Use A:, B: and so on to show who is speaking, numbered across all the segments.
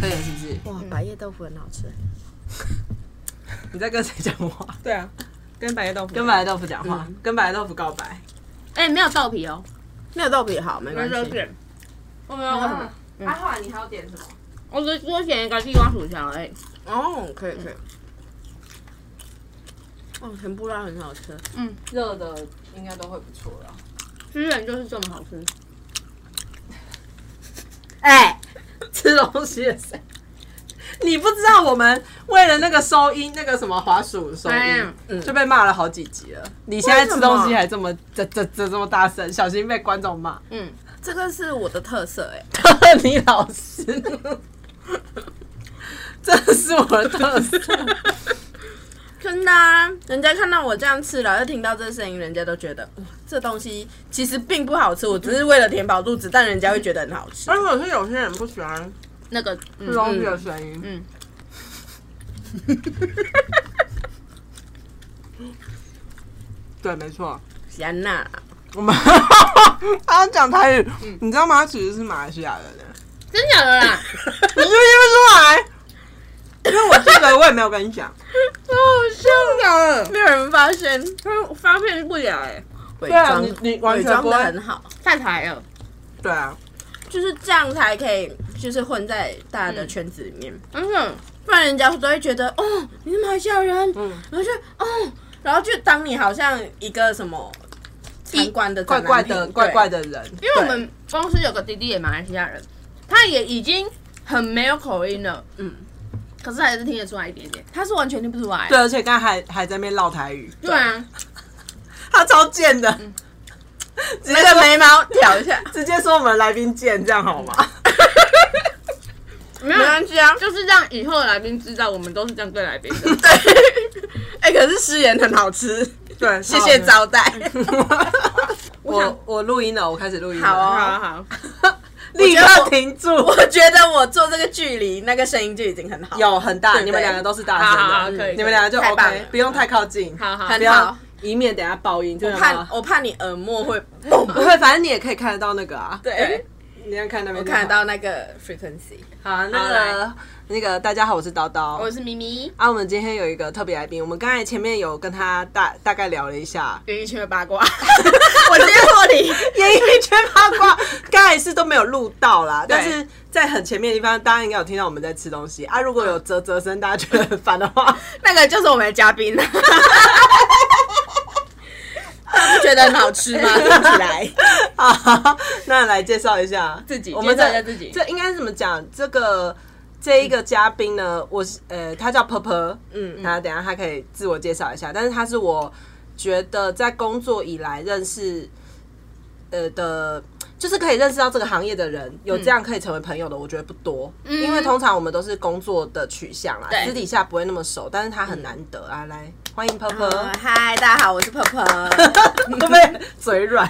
A: 可以了是不是？
B: 哇，白叶豆腐很好吃。
A: 你在跟谁讲话？
C: 对啊，跟白叶豆腐，
A: 跟白豆腐讲话，跟白豆腐告白。
C: 哎、没有豆皮哦，
B: 没有豆皮好，没关
C: 豆
B: 系。
C: 片。我没有要什么，
A: 阿华，你还要点什么？
C: 我只多点一个地瓜薯条哎而已。
B: 哦，可以可以。哦，甜不辣很好吃。
A: 热的应该都会不错了。
C: 居然嗯就是这么好吃，
B: 哎、
A: 吃东西的谁？你不知道我们为了那个收音，那个什么滑鼠收音
C: 哎，
B: 嗯
A: 就被骂了好几集了。你现在吃东
B: 为什
A: 西
B: 么
A: 还这么这这这这么大声，小心被观众骂。
C: 嗯，
B: 这个是我的特色哎、
A: 你老师， 这是我的特色。
B: 真的、啊，人家看到我这样吃了，又听到这声音，人家都觉得哇，这东西其实并不好吃，我只是为了填饱肚子，但人家会觉得很好吃。
A: 而且是有些人不喜欢
C: 那个
A: 吃
C: 嗯，
A: 东西的声音，
C: 嗯嗯
A: 对，没错。
B: 喜安娜，
A: 我们 他讲台语，
C: 嗯
A: 你知道吗？他其实是马来西亚人耶，
C: 真假的啦，
A: 你是不是听不出来？因为我记得我也没有跟你讲，
C: 好笑啊！
B: 没有人发现
C: 他发现不了哎、
B: 伪
A: 对啊，
B: 装，
A: 你你完
B: 伪
A: 全
B: 装
A: 不
B: 的
A: 会
B: 很，好，
C: 太台了，
A: 对啊，
B: 就是这样才可以，就是混在大家的圈子里面，
C: 但是
B: 不然人家都会觉得哦，你是马来西亚人，
A: 嗯，
B: 然后就哦，然后就当你好像一个什么参观的
A: 怪怪的怪怪
B: 的，
A: 的人，
C: 因为我们公司有个弟弟也马来西亚人，他也已经很没有口音了，
B: 嗯，
C: 可是还是听得出来一点点，他是完全听不出来。
A: 对，而且刚才还还在那边唠台语，
C: 对啊，嗯
A: 他超贱的，直接
B: 那个眉毛挑一下，
A: 直接说我们来宾贱，这样好吗？
C: 没
B: 没
C: 有，
B: 关系 啊。
C: 就是让以后的来宾知道我们都是这样对来宾的。
B: 对，哎、可是食盐很好吃，
A: 对，
B: 谢谢招待。
A: 嗯
C: 我想
A: 我我录音了，我开始录音了，
B: 好哦
C: 好好，
A: 立
B: 我觉得
A: 刻
B: 我
A: 停住，
B: 我觉得我做这个距离，那个声音就已经很好，
A: 有很大，
B: 对不对
A: 你们两个都是大
C: 好好好
A: 声
C: 可
A: 的嗯
C: 以可，以
A: 你们两个就
B: 太棒
A: OK，
B: 了
A: 不用太靠近，
C: 好好
A: 不
B: 很
A: 要
B: 好。
A: 以免等下爆音，真
B: 我
A: 的
B: 怕
A: 吗？
B: 我怕你耳膜会
A: 不
B: 蹦，
A: 会，反正你也可以看得到那个啊，
B: 对，
A: 你要看那边
B: 我
A: 就好
B: 看得。到那个 frequency。
A: 好，那个那个，大家好，我是叨叨，
C: 我是咪咪，
A: 啊，我们今天有一个特别来宾，我们刚才前面有跟他大大概聊了一下
C: 演艺圈的八 卦，
B: 我接破你，
A: 演艺圈八卦，刚才是都没有录到啦，
B: 对
A: 但是在很前面的地方，大家应该有听到我们在吃东西啊。如果有啧啧声，大家觉得很烦的话，
B: 那个就是我们的嘉宾。他不觉得很好吃吗？听起来，
A: 好，那来介绍一下
C: 自己
A: 我们
C: 介绍一
A: 这
C: 下自己
A: 这应该是怎么讲？这个这一个嘉宾呢，我是呃，他叫 Purple，嗯，
B: 嗯
A: 那等一下他可以自我介绍一下，但是他是我觉得在工作以来认识呃的。就是可以认识到这个行业的人，有这样可以成为朋友的，我觉得不多。
C: 嗯
A: 因为通常我们都是工作的取向啦，
C: 对
A: 私底下不会那么熟，但是他很难得
C: 嗯
A: 啊。来，欢迎 Purple，、
C: 啊
B: 呃嗨，大家好，我是婆 婆。
A: 会不会嘴 软？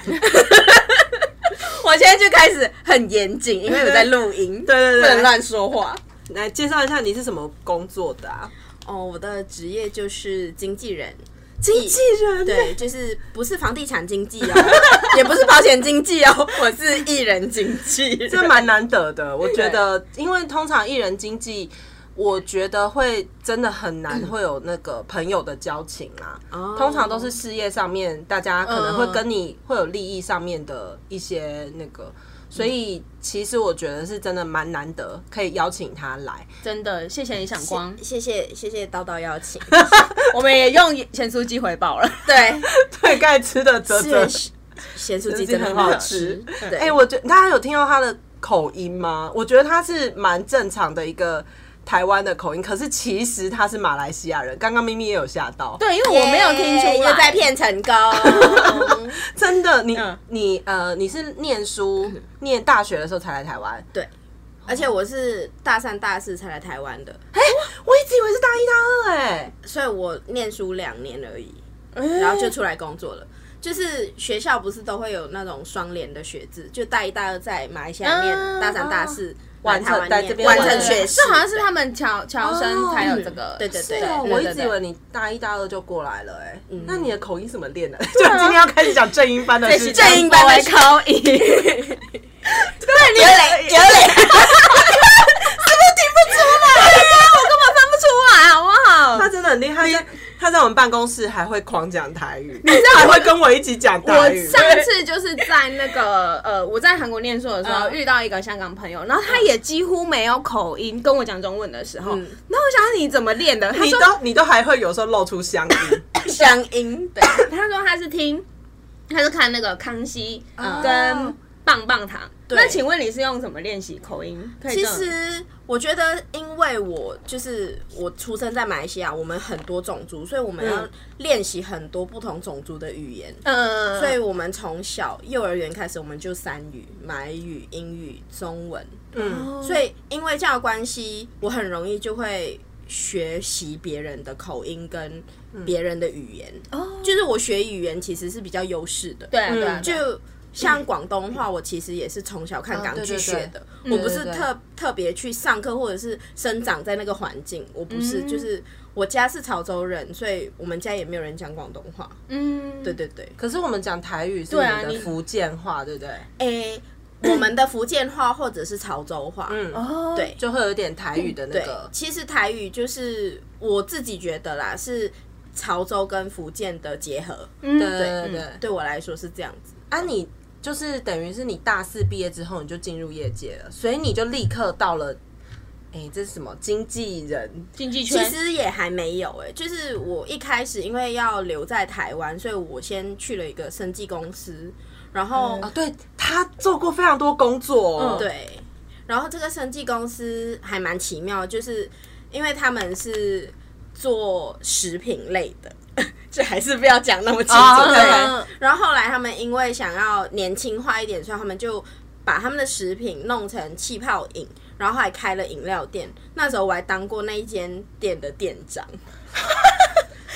B: 我现在就开始很严谨，因为我在录音，
A: 对对对
B: 不能乱说话。
A: 来介绍一下你是什么工作的啊？
B: 哦，我的职业就是经纪人。经
A: 纪人
B: 对，就是不是房地产经纪哦，也不是保险经纪哦，我是艺人经纪人。
A: 这蛮难得的，我觉得，因为通常艺人经济，我觉得会真的很 难会有那个朋友的交情啊。
B: 哦
A: 通常都是事业上面，大家可能会
B: 嗯
A: 跟你会有利益上面的一些那个，所以其实我觉得是真的蛮难得可以邀请他来。
C: 真的谢谢你想光，
B: 谢谢谢谢叨叨邀请，
C: 我们也用咸酥鸡回报了。
B: 对，
A: 对，该吃的啧
B: 是
A: 啧，
B: 是咸酥鸡
A: 真的
B: 真的
A: 很
B: 很
A: 好
B: 好
A: 吃
B: 吃。。对，
A: 哎、我觉得大家有听到他的口音吗？我觉得他是蛮正常的一个台湾的口音，可是其实他是马来西亚人。刚刚咪咪也有吓到，
C: 对，因为我没有 听出来，
B: 又在骗成功。
A: 真的，你、
C: 嗯
A: 你呃，你是念书念大学的时候才来台湾？
B: 对，而且我是大三大四才来台湾的，
A: 哎、我一直以为是大一大二哎、
B: 所以我念书两年而已。
C: 哎，
B: 然后就出来工作了。就是学校不是都会有那种双联的学制，就大一、大二在马来西亚念，
C: 啊
B: 大三、大四
A: 完
B: 台
A: 成
B: 湾
A: 在
B: 念
A: 这边
B: 完
C: 对
B: 成
C: 对
B: 学
C: 对
B: 士
C: 这好像是他们侨侨生才有这个，
B: 对对
A: 是
B: 对
A: 哦，
C: 对
A: 我一
C: 对
A: 直
C: 对
A: 以为你大一大二就过来了哎、那你的口音怎么练的？就今天要开始讲正音班的事情，
B: 正音班的口音，对，有嘞有嘞， 是不是听不出来呀？我根本分不出来，好不好？
A: 他真的很厉害，在他在我们办公室还会狂讲台语，你知道还会跟我一起讲台
C: 我
A: 语。
C: 上次就是在那个 呃，我在韩国念书的时候
D: 嗯
C: 遇到一个香港朋友，然后他也几乎没有口音跟我讲中文的时
B: 嗯
C: 候，然后我想说你怎么练的？他
A: 你
C: 说
A: 都你都还会有时候露出乡音，
B: 乡音，对，
C: 他说他是听，他是看那个康熙呃
D: 哦
C: 跟棒棒糖。
D: 对
C: 那请问你是用什么练习口音？可以
B: 其
C: 这样
B: 实我觉得，因为我就是我出生在马来西亚，我们很多种族，所以我们要练习很多不同种族的语言。
C: 呃，
B: 所以我们从小幼儿园开始，我们就三语：马来语、英语、中文。
A: 嗯，
C: 哦
B: 所以因为这样的关系，我很容易就会学习别人的口音跟别人的语言。
C: 哦
B: 就是我学语言其实是比较优势的。
C: 嗯对啊对啊，
A: 嗯
C: 对啊
B: 就像广东话，我其实也是从小看港
A: 嗯对
B: 剧
A: 对
B: 学的，
C: 对
B: 我不是
C: 对对
B: 特特别去上课或者是生长在那个环境，我不是，
C: 嗯
B: 就是我家是潮州人，所以我们家也没有人讲广东话。
C: 嗯，
B: 对对对，
A: 可是我们讲台语是
C: 对啊
A: 你
C: 你
A: 的福建话，对不对？
C: 嗯
B: 诶、我们的福建话或者是潮州话，
A: 嗯，
C: 哦，
B: 对
A: 就会有点台语的那
B: 对
A: 个，，
B: 其实台语就是我自己觉得啦，是潮州跟福建的结合。
C: 嗯
A: 对对对。
B: 对我来说是这样子。
A: 啊，你就是等于是你大四毕业之后你就进入业界了，所以你就立刻到了，哎、这是什么经纪人？
C: 经济
B: 其
C: 圈，
B: 实也还没有哎、就是我一开始因为要留在台湾，所以我先去了一个生技公司，然后、
A: 啊，对他做过非常多工作、哦，
C: 嗯
B: 对，然后这个生技公司还蛮奇妙，就是因为他们是做食品类的， 这还是不要讲那么清楚。
A: 哦
C: 嗯
B: 对
A: OK
B: 然后后来他们因为想要年轻化一点，所以他们就把他们的食品弄成气泡饮。然后还开了饮料店，那时候我还当过那一间店的店 长，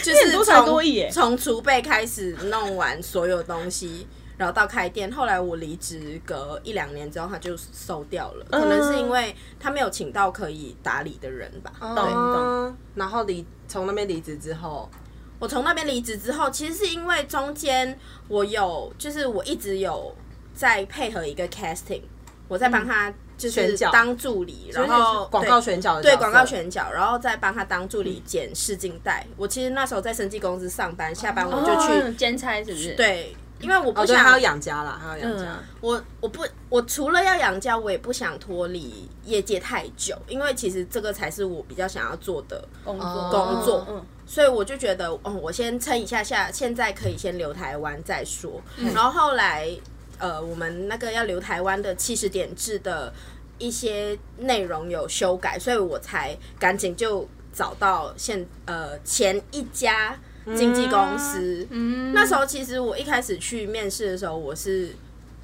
B: 就是
C: 你多才
B: 从
C: 多艺耶
B: 从储备开始弄完所有东西，然后到开店。后来我离职，隔一两年之后他就收掉了，
A: 嗯
B: 可能是因为他没有请到可以打理的人吧。
A: 懂
C: 懂。
A: 然后离从那边离职之后，哦
B: 我从那边离职之后，其实是因为中间我有，就是我一直有在配合一个 casting，我在帮
A: 嗯
B: 他就
A: 选
B: 是
A: 角
B: 当助理，
A: 所
B: 然
A: 以
B: 后
A: 是广告
B: 对
A: 选角的角
B: 对
A: 色嗯
B: 广告选角，然后再帮他当助理剪试镜带。我其实那时候在生技公司上班，下班我就去、
C: 哦兼差是不是？，
B: 对，因为我
A: 哦，
B: 不
A: 对，
B: 想、
A: 他要养家啦，他要养家
C: 嗯。
B: 我我不我除了要养家，我也不想脱离业界太久，因为其实这个才是我比较想要做的
C: 工作
A: 工
B: 作
C: 嗯，
B: 所以我就觉得，哦，我先撑一下下，现在可以先留台湾再说。然后后来，呃，我们那个要留台湾的七十点制的一些内容有修改，所以我才赶紧就找到现呃前一家经纪公司。
C: 嗯，
B: 那时候其实我一开始去面试的时候，我是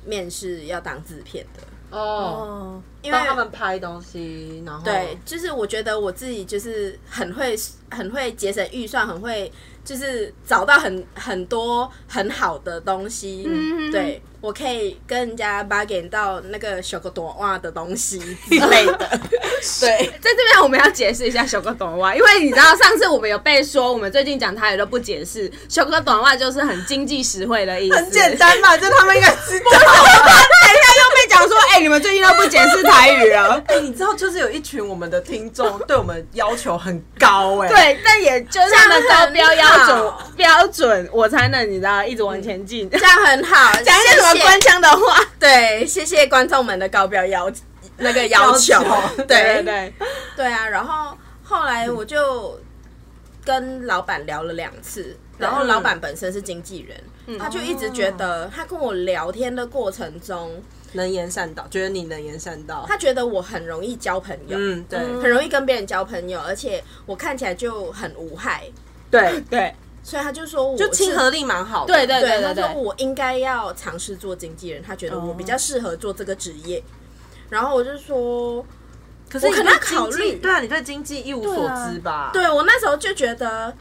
B: 面试要当制片的，
A: 哦，
C: 哦，
B: 因为
A: 帮他们拍东西，然后
B: 对，就是我觉得我自己就是很会很会节省预算，很会就是找到很很多很好的东西。
C: 嗯
B: 对我可以跟人家 bargain 到那个小个短袜的东西之 类的。对，
C: 在这边我们要解释一下小哥短袜，因为你知道上次我们有被说，我们最近讲台语都不解释，小哥短袜就是很经济实惠的意思，
A: 很 简。单嘛，这他们应该知道。
C: 等一下又被讲说，哎、你们最近都不解释台语啊了。
A: 哎，你知道，就是有一群我们的听众对我们要求很高哎，，
C: 对，但也就是他们
B: 这样很
C: 高标要
B: 好
C: 准标准，我才能你知道一直往前进。
B: 这样很好。
C: 讲一些什么
B: 谢谢
C: 官腔的话？
B: 对，谢谢观众们的高标要那个要求。
A: 要求
B: 对
C: 对对，
B: 对啊，然后后来我就跟老板聊了两次，
A: 嗯
B: 然后老板本身是经纪人，他就一直觉得
A: 哦
B: 他跟我聊天的过程中，
A: 能言善道，觉得你能言善道。
B: 他觉得我很容易交朋友，
A: 嗯，对，
B: 很容易跟别人交朋友，而且我看起来就很无害，
A: 对
C: 对
B: 所以他就说我
A: 就亲
B: 是
A: 和。力蛮好的。
C: 对对对
B: 他
C: 对
B: 说
C: 对，
B: 我应该要尝试做经纪人，他觉得我
A: 哦
B: 比较适合做这个职业，然后我就说
A: 可是你
B: 我可
A: 对
B: 能要考
A: 经济
B: 虑
A: 对啊，你对经济一无所知吧？
B: 对我那时候就觉得，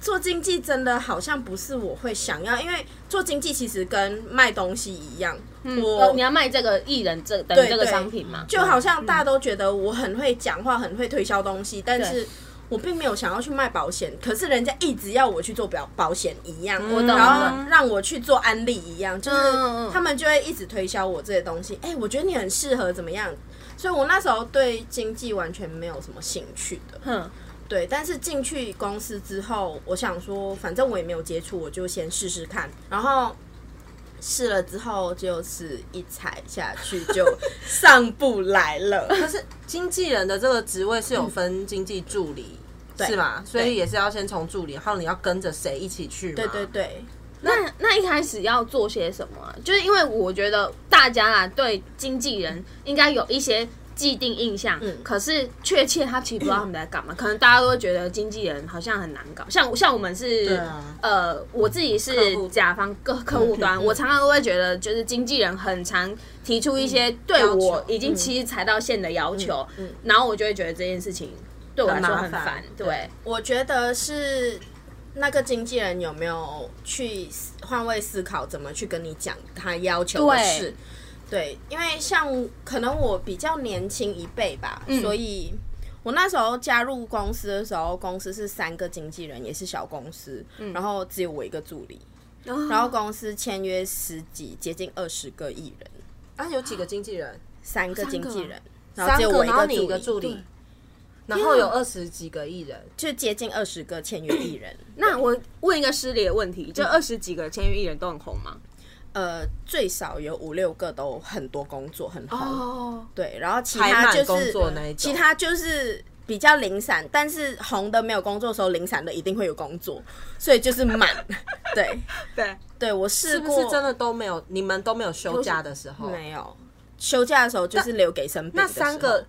B: 做经济真的好像不是我会想要，因为做经济其实跟卖东西一样，
C: 哦
B: 我
C: 你要嗯卖这个艺人这等于
B: 对
C: 这个
B: 对
C: 商品嘛？
B: 就好像大家都觉得我很会讲话，很会推销东西，但是我并没有想要去卖保险，可是人家一直要我去做保保险一样，我
C: 懂
B: 然
C: 了
B: 后让我去做安利一样，就是
C: 嗯嗯嗯
B: 他们就会一直推销我这些东西。哎、我觉得你很适合怎么样？所以我那时候对经济完全没有什么兴趣的。
C: 哼，
B: 对，但是进去公司之后，我想说，反正我也没有接触，我就先试试看。然后试了之后，就是一踩下去就 上不来了。
A: 可是经纪人的这个职位是有分经济助理。 是吗？所以也是要先从助理，然后你要跟着谁一起去嘛？
B: 对对对，
C: 那那一开始要做些什么啊、就是因为我觉得大家啊对经纪人应该有一些既定印象，
A: 嗯
C: 可是确切他其实不知道他们在干嘛。可能大家都会觉得经纪人好像很难搞，像像我们是、
A: 啊
C: 呃，我自己是
A: 客户嗯
C: 甲方客客户端，我常常都会觉得就是经纪人很常提出一些对
A: 嗯要求嗯
C: 我已经其实踩到线的要求，然后我就会觉得这件事情对我来说很
A: 很麻
C: 烦
A: 烦，
C: 对，
B: 我觉得是那个经纪人有没有去思换位思考，怎么去跟你讲他要求的
C: 对
B: 事？对，因为像可能我比较年轻一辈吧，
A: 嗯
B: 所以我那时候加入公司的时候，公司是三个经纪人，也是小公司，
A: 嗯
B: 然后只有我一个助理，然后公司签约十几，接近二十个艺人，
A: 啊，有几个经纪人？
B: 三个经纪人，然后
A: 啊三
B: 啊只有
A: 个，
B: 我一
A: 然后你一
B: 个
A: 个
B: 助
A: 助
B: 理，啊
A: 理，然后有二十几个艺人。
B: 就接近二十个签约艺人。
C: 那我问一个失礼的问
A: 嗯
C: 题，这二十几个签约艺人都很红吗？
B: 呃，最少有五六个都很多工作很红，
C: 哦，
B: 对，然后其
A: 排
B: 他
A: 满
B: 就是
A: 工作那一种
B: 其他就是比较零散，但是红的没有工作的时候，零散的一定会有工作，所以就 是满。对
C: 对，
B: 对，我试
A: 是不
B: 过，
A: 是真的都没有？你们都没有休假的时候？
B: 没有。休假的时候就是留给生病的
A: 那
B: 时候
A: 三个，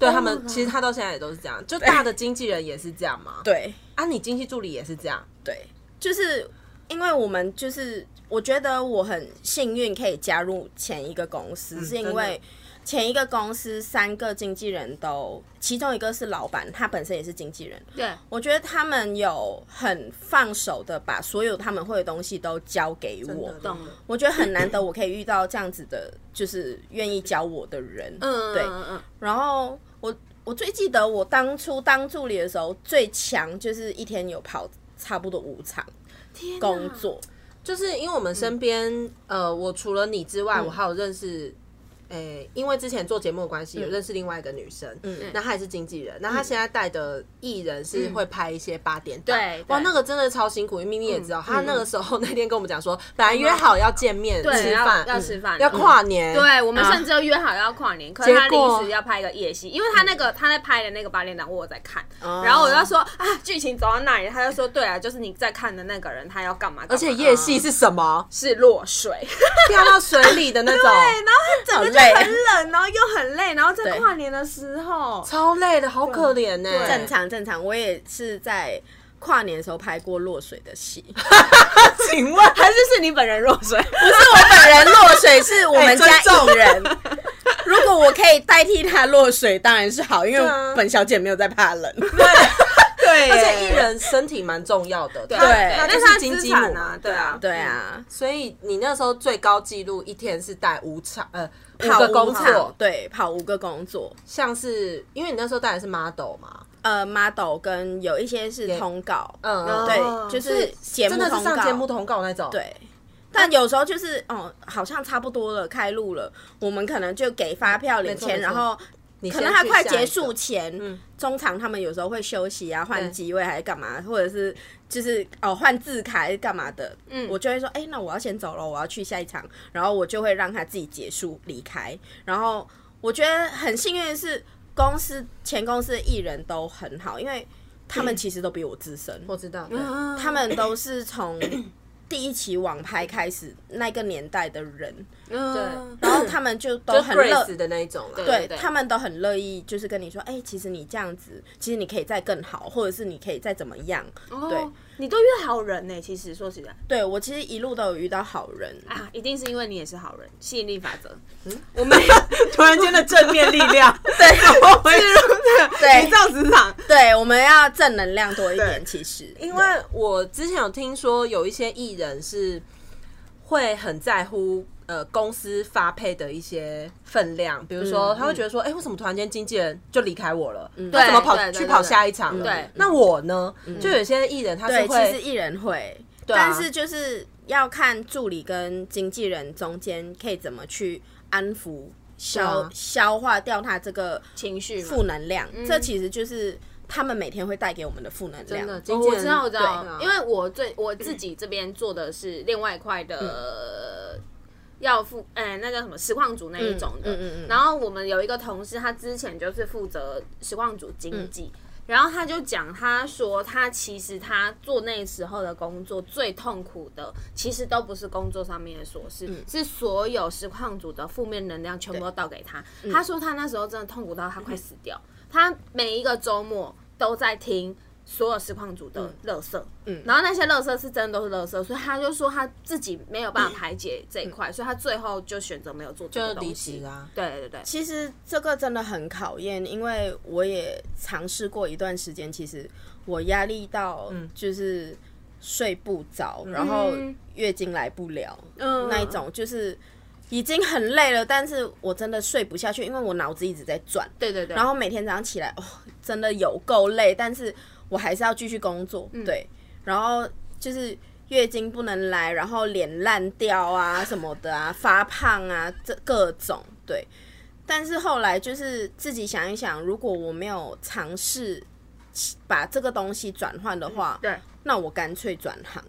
A: 对他们其实他到现在也都是这样，就大的经纪人也是这样嘛。
B: 对
A: 啊，你经济助理也是这样，
B: 对，就是因为我们就是我觉得我很幸运可以加入前一个公司，是因
A: 嗯真
B: 为
A: 的
B: 前一个公司三个经纪人都，其中一个是老板，他本身也是经纪人，
C: 对，
B: 我觉得他们有很放手的把所有他们会的东西都交给我，
C: 懂
A: 真的
B: 我觉得很难得我可以遇到这样子的，就是愿意教我的人。
C: 嗯，
B: 对。
C: 嗯嗯，
B: 然后我我最记得我当初当助理的时候，最强就是一天有跑差不多五场
C: 天哪
B: 工， 作，
A: 就是因为我们身边，呃，我除了你之外，我还有认识。诶、因为之前做节目的关系，有认识另外一个女生，那她也是经纪人，那她现在带的艺人是会拍一些八点档，
C: 对
A: 哇，
C: 对
A: 那个真的超辛苦。因为咪咪也知道，她那个时候那天跟我们讲说，本来约好要见面
C: 对
A: 吃
C: 要
A: 饭，嗯
C: 要吃饭嗯
A: 要跨年，
C: 对我们
A: 啊
C: 甚至约好要跨年，可是他
A: 结果
C: 临时要拍一个夜戏，因为他那个他在拍的那个八点档我有在看，然后我就说啊，剧情走到那里，他就说对啊，就是你在看的那个人他要干嘛，
A: 而
C: 而
A: 且夜戏是什 么？
C: 是落水，
A: 掉到水里的那种，
C: 然后他整个就
B: 好累
C: 很冷，
A: 哦
C: 然后又很累，然后在
B: 对
C: 跨年的时候，
A: 超累的，好可怜欸呢、
C: 对
B: 正常正常，我也是在跨年的时候拍过落水 的戏，
A: 请问
C: 还是是你本人落水，
B: 本人落水是我们家
A: 哎尊
B: 艺 人。如果我可以代替他落水，当然是好，因
A: 对啊
B: 为本小姐没有在怕 冷。
C: 对
A: 而且艺人身体蛮重要的，对那
C: 但
A: 就是
C: 啊他
A: 是金
C: 资
A: 鸡
C: 产
A: 母
C: 啊，
A: 嘛，
C: 对啊，
B: 对啊，
A: 所以你那时候最高纪录一天是带五场，呃，五
B: 跑
A: 个
B: 五
A: 工
B: 场
A: 作，
B: 对，跑五个工作，
A: 像是因为你那时候带的是 model 嘛，
B: 呃，model 跟有一些是通告，
A: 嗯，
C: 哦
B: 对，就
A: 所
B: 是
A: 以
B: 节目
A: 真的是
B: 通
A: 上节目
B: 告，
A: 通告那种，，
B: 对。但有时候就是哦，好像差不多了，开录了，我们可能就给发票领
A: 没错
B: 钱，
A: 没错
B: 然后
A: 你
B: 可
A: 先
B: 能他
A: 去
B: 快
A: 下
B: 结
A: 一
B: 束
A: 个，
B: 前，
A: 嗯
B: 中场他们有时候会休息啊，
A: 对
B: 换机位还是干嘛，或者是就是哦换字卡还是干嘛的，嗯，我就会说，哎、那我要先走了，我要去下一场，然后我就会让他自己结束离开。然后我觉得很幸运的是，公司前公司的艺人都很好，因为他
A: 嗯
B: 们其实都比我资深，
A: 我知道，对
B: 他们都是 从第一期网拍开始那个年代的 人，
C: 对
B: 嗯然后他们就都
A: 就
B: 很乐
A: Grace 的那一种啊啦，
C: 对
B: 对他们都很乐意，
A: 哦
B: 就是跟你说，哎、其实你这样子，其实你可以再更好，或者是你可以再怎么样。对，
C: 哦你都遇到好人呢、其实说实在
B: 对我其实一路都有遇到好人，
C: 啊，一定是因为你也是好人，吸引力法则。
A: 突然间的正面力量， 对，怎么回事？
B: 对
A: 你这样职场，
B: 对，我们要正能量多一点。
A: 对
B: 其实，
A: 因为我之前有听说有一些艺人是会很在乎呃公司发配的一些分量，比如说他会觉得说，哎、为什么突然间经纪人就离开我了？他怎么跑
C: 对对对
A: 去跑下一场了？
C: 对
A: 那我呢？就有些艺人他是
B: 对，其实
A: 会
B: 艺人会，
A: 啊
B: 但是就是要看助理跟经纪人中间可以怎么去安抚、消、
A: 对啊
B: 消化掉他这个
C: 情绪嘛
B: 负能量。
C: 嗯
B: 这其实就是他们每天会带给我们的负能量。
A: 经纪
C: 哦我
A: 人
C: 知道，我知道
A: 对，
B: 嗯
C: 因为我最我自己这边做的是另外一块的。要负哎、那叫什么实况组那一种的。
B: 嗯嗯嗯嗯嗯
C: 然后我们有一个同事，他之前就是负责实况组经济，
B: 嗯
C: 然后他就讲，他说他其实他做那时候的工作最痛苦的，其实都不是工作上面的琐事，
B: 嗯
C: 是所有实况组的负面能量全部都倒给他。
B: 嗯
C: 他说他那时候真的痛苦到他快死 掉，他每一个周末都在听。所有实况组的垃圾，嗯，然后那些垃圾是真的都是垃圾，所以他就说他自己没有办法排解这一块，
B: 嗯
C: 所以他最后就选择没有做这
A: 就是
C: 个
A: 离
C: 东西
A: 职。啊。
C: 对对对，
B: 其实这个真的很考验，因为我也尝试过一段时间，其实我压力到就是睡不着，然后
C: 嗯
B: 月经来不了，
C: 嗯
B: 那一种就是已经很累了，但是我真的睡不下去，因为我脑子一直在转。
C: 对对对。
B: 然后每天早上起来，哦，真的有够累，但是我还是要继续工作。
C: 嗯
B: 对，然后就是月经不能来，然后脸烂掉啊什么的啊，发胖啊，这各种对。但是后来就是自己想一想，如果我没有尝试把这个东西转换的话，
C: 嗯对，
B: 那我干脆转行。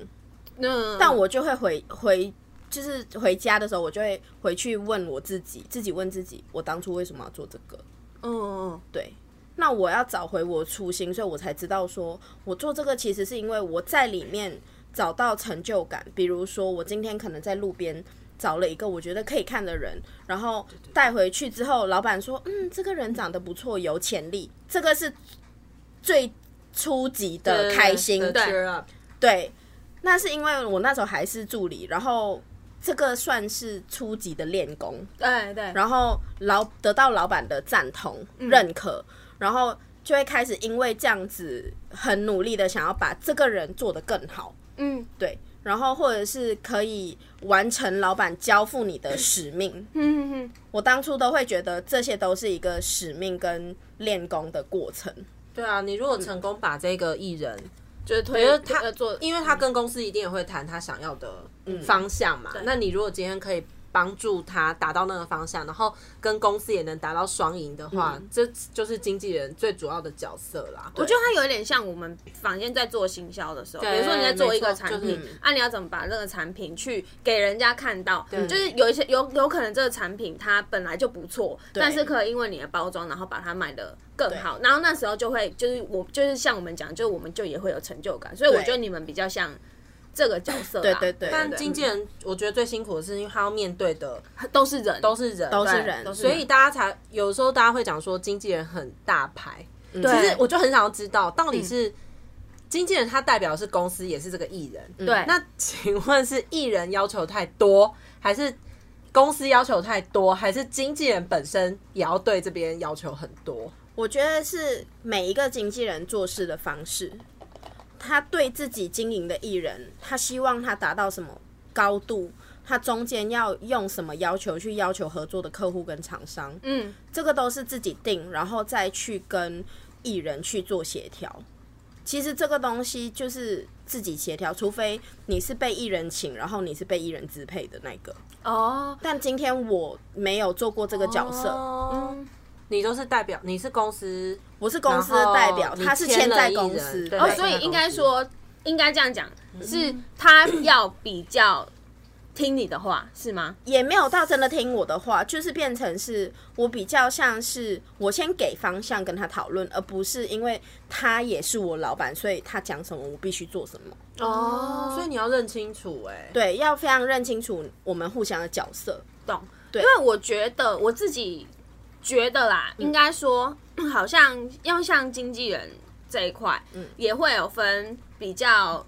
C: 嗯，
B: 但我就会回回，就是回家的时候，我就会回去问我自己，自己问自己，我当初为什么要做这个？
C: 嗯，
B: 对，那我要找回我初心，所以我才知道说，我做这个其实是因为我在里面找到成就感。比如说，我今天可能在路边找了一个我觉得可以看的人，然后带回去之后，老板说，嗯，这个人长得不错，有潜力，这个是最初级的开心。
A: 对
C: 对
A: 嗯 cheer up
B: 对，那是因为我那时候还是助理，然后这个算是初级的练功，
C: 对对，
B: 然后老得到老板的赞同、认可，然后就会开始因为这样子很努力的想要把这个人做得更好，
C: 嗯
B: 对，然后或者是可以完成老板交付你的使命。
C: 嗯嗯，
B: 我当初都会觉得这些都是一个使命跟练功的过程。
A: 对啊，你如果成功把这个艺人
C: 就是
A: 我
C: 推
A: 觉得他嗯
C: 呃做，
A: 因为他跟公司一定也会谈他想要的方向嘛。那你如果今天可以帮助他达到那个方向，然后跟公司也能达到双赢的话，这就是经纪人最主要的角色啦。
C: 我觉得它有点像我们坊间在做行销的时候，比
A: 对
C: 如说你在做一个
A: 没错
C: 产
A: 就是
C: 品，啊，你要怎么把这个产品去给人家看到？
A: 对
C: 就是有一些有有可能这个产品它本来就不错，但是可以因为你的包装，然后把它卖的更好，然后那时候就会就是我就是像我们讲，就是我们就也会有成就感，所以我觉得你们比较像这个角色啦，
B: 对对对
A: 但经纪人我觉得最辛苦的是，因为他要面对的
C: 都是人，
A: 都是人，都
B: 是人
A: 所以大家才有时候大家会讲说经纪人很大牌，
B: 嗯
C: 对嗯
A: 其实我就很想要知道到底是。经纪人他代表的是公司，也是这个艺人。
C: 嗯对
A: 那请问是艺人要求太多，还是公司要求太多，还是经纪人本身也要对这边要求很多？
B: 我觉得是每一个经纪人做事的方式，他对自己经营的艺人，他希望他达到什么高度，他中间要用什么要求去要求合作的客户跟厂商，
C: 嗯，
B: 这个都是自己定，然后再去跟艺人去做协调。其实这个东西就是自己协调，除非你是被艺人请，然后你是被艺人支配的那个。
C: 哦，
B: 但今天我没有做过这个角色，
A: 哦你都是代表，你是公司，
B: 我是公司的代表，
A: 然后
B: 他是
A: 你签
B: 签
A: 了
B: 在
A: 艺
B: 公
A: 人
B: 司，
A: 对
C: 哦，
A: 对嗯
C: 所以应
A: 公
C: 该
A: 司
C: 说，应该这样讲，是他要比较听你的话，是吗？
B: 也没有到真的听我的话，就是变成是我比较像是我先给方向跟他讨论，而不是因为他也是我老板，所以他讲什么我必须做什么。
A: 嗯
C: 哦
A: 所以你要认清楚、哎，对，
B: 对，要非常认清楚我们互相的角色。
C: 懂，因为我觉得我自己觉得啦，应该说 好像要像经纪人这一块，也会有分比较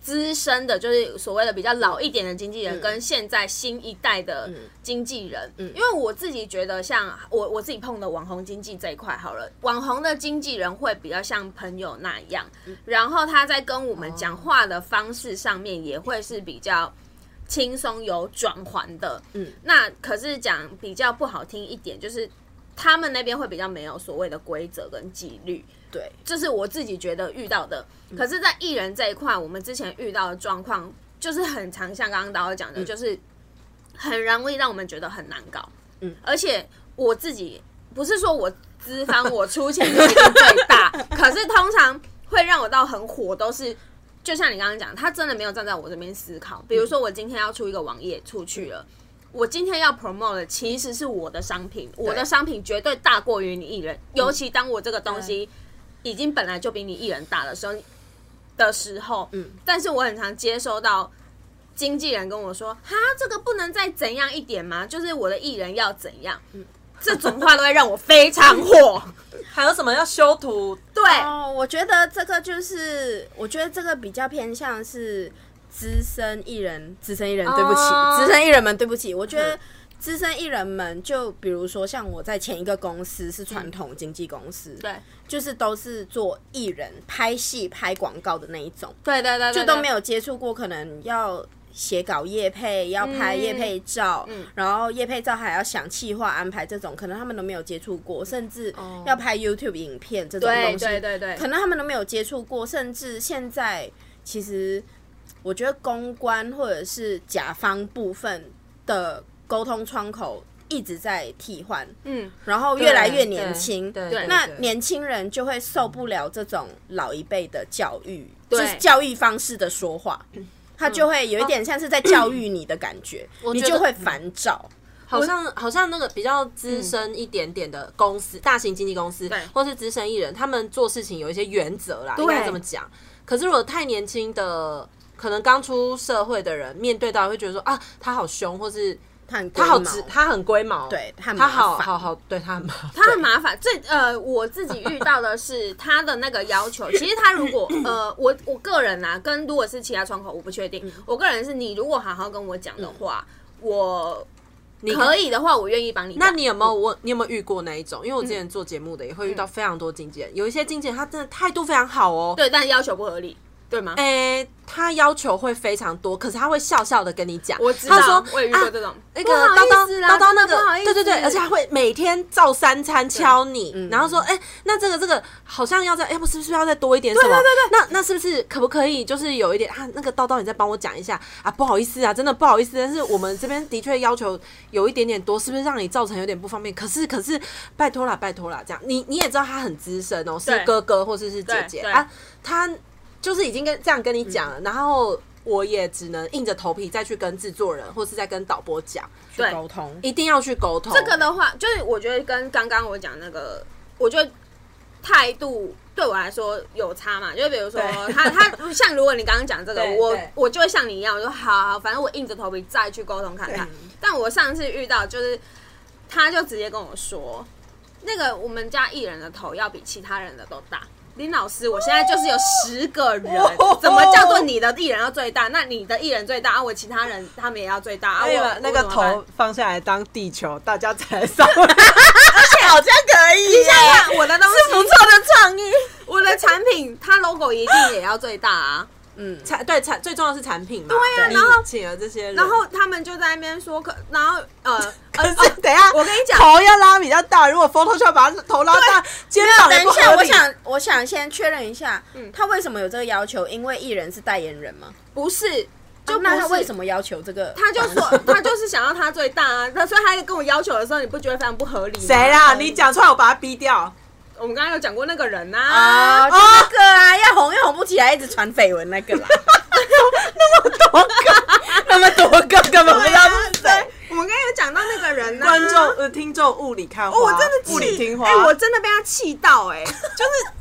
C: 资深的，就是所谓的比较老一点的经纪人，跟现在新一代的经纪人。因为我自己觉得像，我我自己碰的网红经济这一块好了，网红的经纪人会比较像朋友那样，然后他在跟我们讲话的方式上面也会是比较。轻松有转环的，嗯，那可是讲比较不好听一点，就是他们那边会比较没有所谓的规则跟纪律，
B: 对，
C: 这是我自己觉得遇到的。可是，在艺人这一块，我们之前遇到的状况就是很常像刚刚导演讲的，就是很容易让我们觉得很难搞。嗯，而且我自己不是说我资方我出钱就一定最 大，可是通常会让我到很火，都是就像你刚刚讲，他真的没有站在我这边思考。比如说，我今天要出一个网页出去了。我今天要 promote 的其实是我的商品，我的商品绝对大过于你艺人，
B: 嗯
C: 尤其当我这个东西已经本来就比你艺人大的时候的时候，嗯，但是我很常接收到经纪人跟我说，哈，这个不能再怎样一点吗？就是我的艺人要怎样，
B: 嗯
C: 这种话都会让我非常 火。
A: 还有什么要修 图？
C: 对，
B: 哦，我觉得这个就是，我觉得这个比较偏向是资深艺人，资深艺人，对不起，
C: 哦
B: 资深艺人们，对不起，我觉得。资深艺人们，就比如说像我在前一个公司是传统经纪公司，
C: 对，
B: 就是都是做艺人拍戏、拍广告的那一种，
C: 对对对，
B: 就都没有接触过，可能要写稿业配，要拍业配照，
C: 嗯
B: 然后业配照还要想企划安排这种，可能他们都没有接触过，甚至要拍 YouTube 影片这种
C: 对
B: 东西，
C: 哦对对对，
B: 可能他们都没有接触过，甚至现在其实我觉得公关或者是甲方部分的沟通窗口一直在替换，
C: 嗯，
B: 然后越来越年轻。
A: 对，
C: 对
B: 那年轻人就会受不了这种老一辈的教育，
C: 对
B: 就是教育方式的说话，
A: 嗯
B: 他就会有一点像是在教育你的感觉，你
A: 觉得
B: 就会烦躁。
A: 好像好像那个比较资深一点点的公司，
C: 嗯
A: 大型经纪公司，或是资深艺人，他们做事情有一些原则啦，应该这么讲。可是如果太年轻的，可能刚出社会的人，面对到会觉得说啊，他好凶，或是
B: 他很
A: 他好
B: 龟毛
A: 直，他很龟毛，
B: 对他
A: 他
B: 很
A: 好
B: 麻烦
A: 好好，对他很麻烦。
C: 他很麻烦。最呃，我自己遇到的是他的那个 要求。其实他如果呃，我我个人啊，跟如果是其他窗口，我不确
A: 嗯
C: 定。我个人是你如果好好跟我讲的话，我
A: 你
C: 可以的啊话，我愿意帮你打。
A: 那嗯你有没有问？你有没有遇过那一种？因为我之前做节目的也会遇到非常多经纪人，有一些经纪人他真的态度非常好哦，
C: 嗯对，但要求不合理，对吗？
A: 诶、他要求会非常多，可是他会笑笑的跟你讲，
C: 我知
A: 他
C: 道
A: 说，
C: 我也遇过这
A: 啊、
C: 种。
A: 那
C: 不
A: 个
C: 好
A: 叨叨
C: 意思啦
A: 叨叨那
C: 真的不好
A: 个
C: 意，思
A: 对对对，而且他会每天照三餐敲你，然后说，哎、那这个这个好像要再，哎、不是不是要再多一点什么？对对对那那是不是可不可以就是有一点啊？那个叨叨，你再帮我讲一下啊？不好意思啊，真的不好意思，但是我们这边的确要求有一点点多，是不是让你造成有点不方便？可是可是，拜托啦，拜托啦，这样你你也知道他很资深哦，是
C: 对
A: 哥哥或是是姐
C: 对
A: 姐
C: 对
A: 啊，他就是已经跟这样跟你讲了，然后我也只能硬着头皮再去跟制作人或是再跟导播讲，
C: 对
B: 去沟通，
A: 一定要去沟通。
C: 这个的话，就是我觉得跟刚刚我讲那个，我觉得态度对我来说有差嘛。就比如说
A: 对
C: 他他像如果你刚刚讲这 个，
A: 对
C: 我
A: 对
C: 我就会像你一样，我说好好，反正我硬着头皮再去沟通看看。但我上次遇到就是，他就直接跟我说，那个我们家艺人的头要比其他人的都大。林老师，我现在就是有十个 人，怎么叫做你的艺人要最大？那你的艺人最大啊，我其他人他们也要最大啊。
A: 那
C: 我
A: 哎个那个
C: 我怎么办
A: 头放下来当地球，大家才上。而且好像可以耶，
C: 看我的东西是不错的创意，我的产品它 logo 一定也要最大啊。
B: 嗯，
A: 产对产最重要是产品嘛。对
C: 呀然后
A: 请了这些人，
C: 然后他们就在那边说，可然后呃
A: 可
C: 呃
A: 是
C: 哦
A: 等一下
C: 我跟你讲，
A: 头要拉比较大，如果 Photoshop 把头拉大，肩膀也
B: 等
A: 不
B: 一下，
A: 合
B: 我
A: 理。嗯
B: 想，我想先确认一下，他为什么有这个要求？因为艺人是代言人吗？
C: 不是，就
B: 就啊那他为
C: 么？
B: 什么要求这个？
C: 他就说，他就是想要他最大啊。他所以他跟我要求的时候，你不觉得非常不合理吗？
A: 谁啦？你讲出来，我把他逼掉。
C: 我们刚刚有讲过那个人呐、
A: 哦
C: 啊，
B: 啊，就那个啦，要红又红不起来，一直传绯闻那 个啦，
A: 那么多个根本不知道是谁。
C: 我们刚刚有讲到那个人啊呐、
A: 观众呃听众雾里看花，
C: 哦我真的气
A: 雾里听花。
C: 哎 哎、我真的被他气到哎、就是。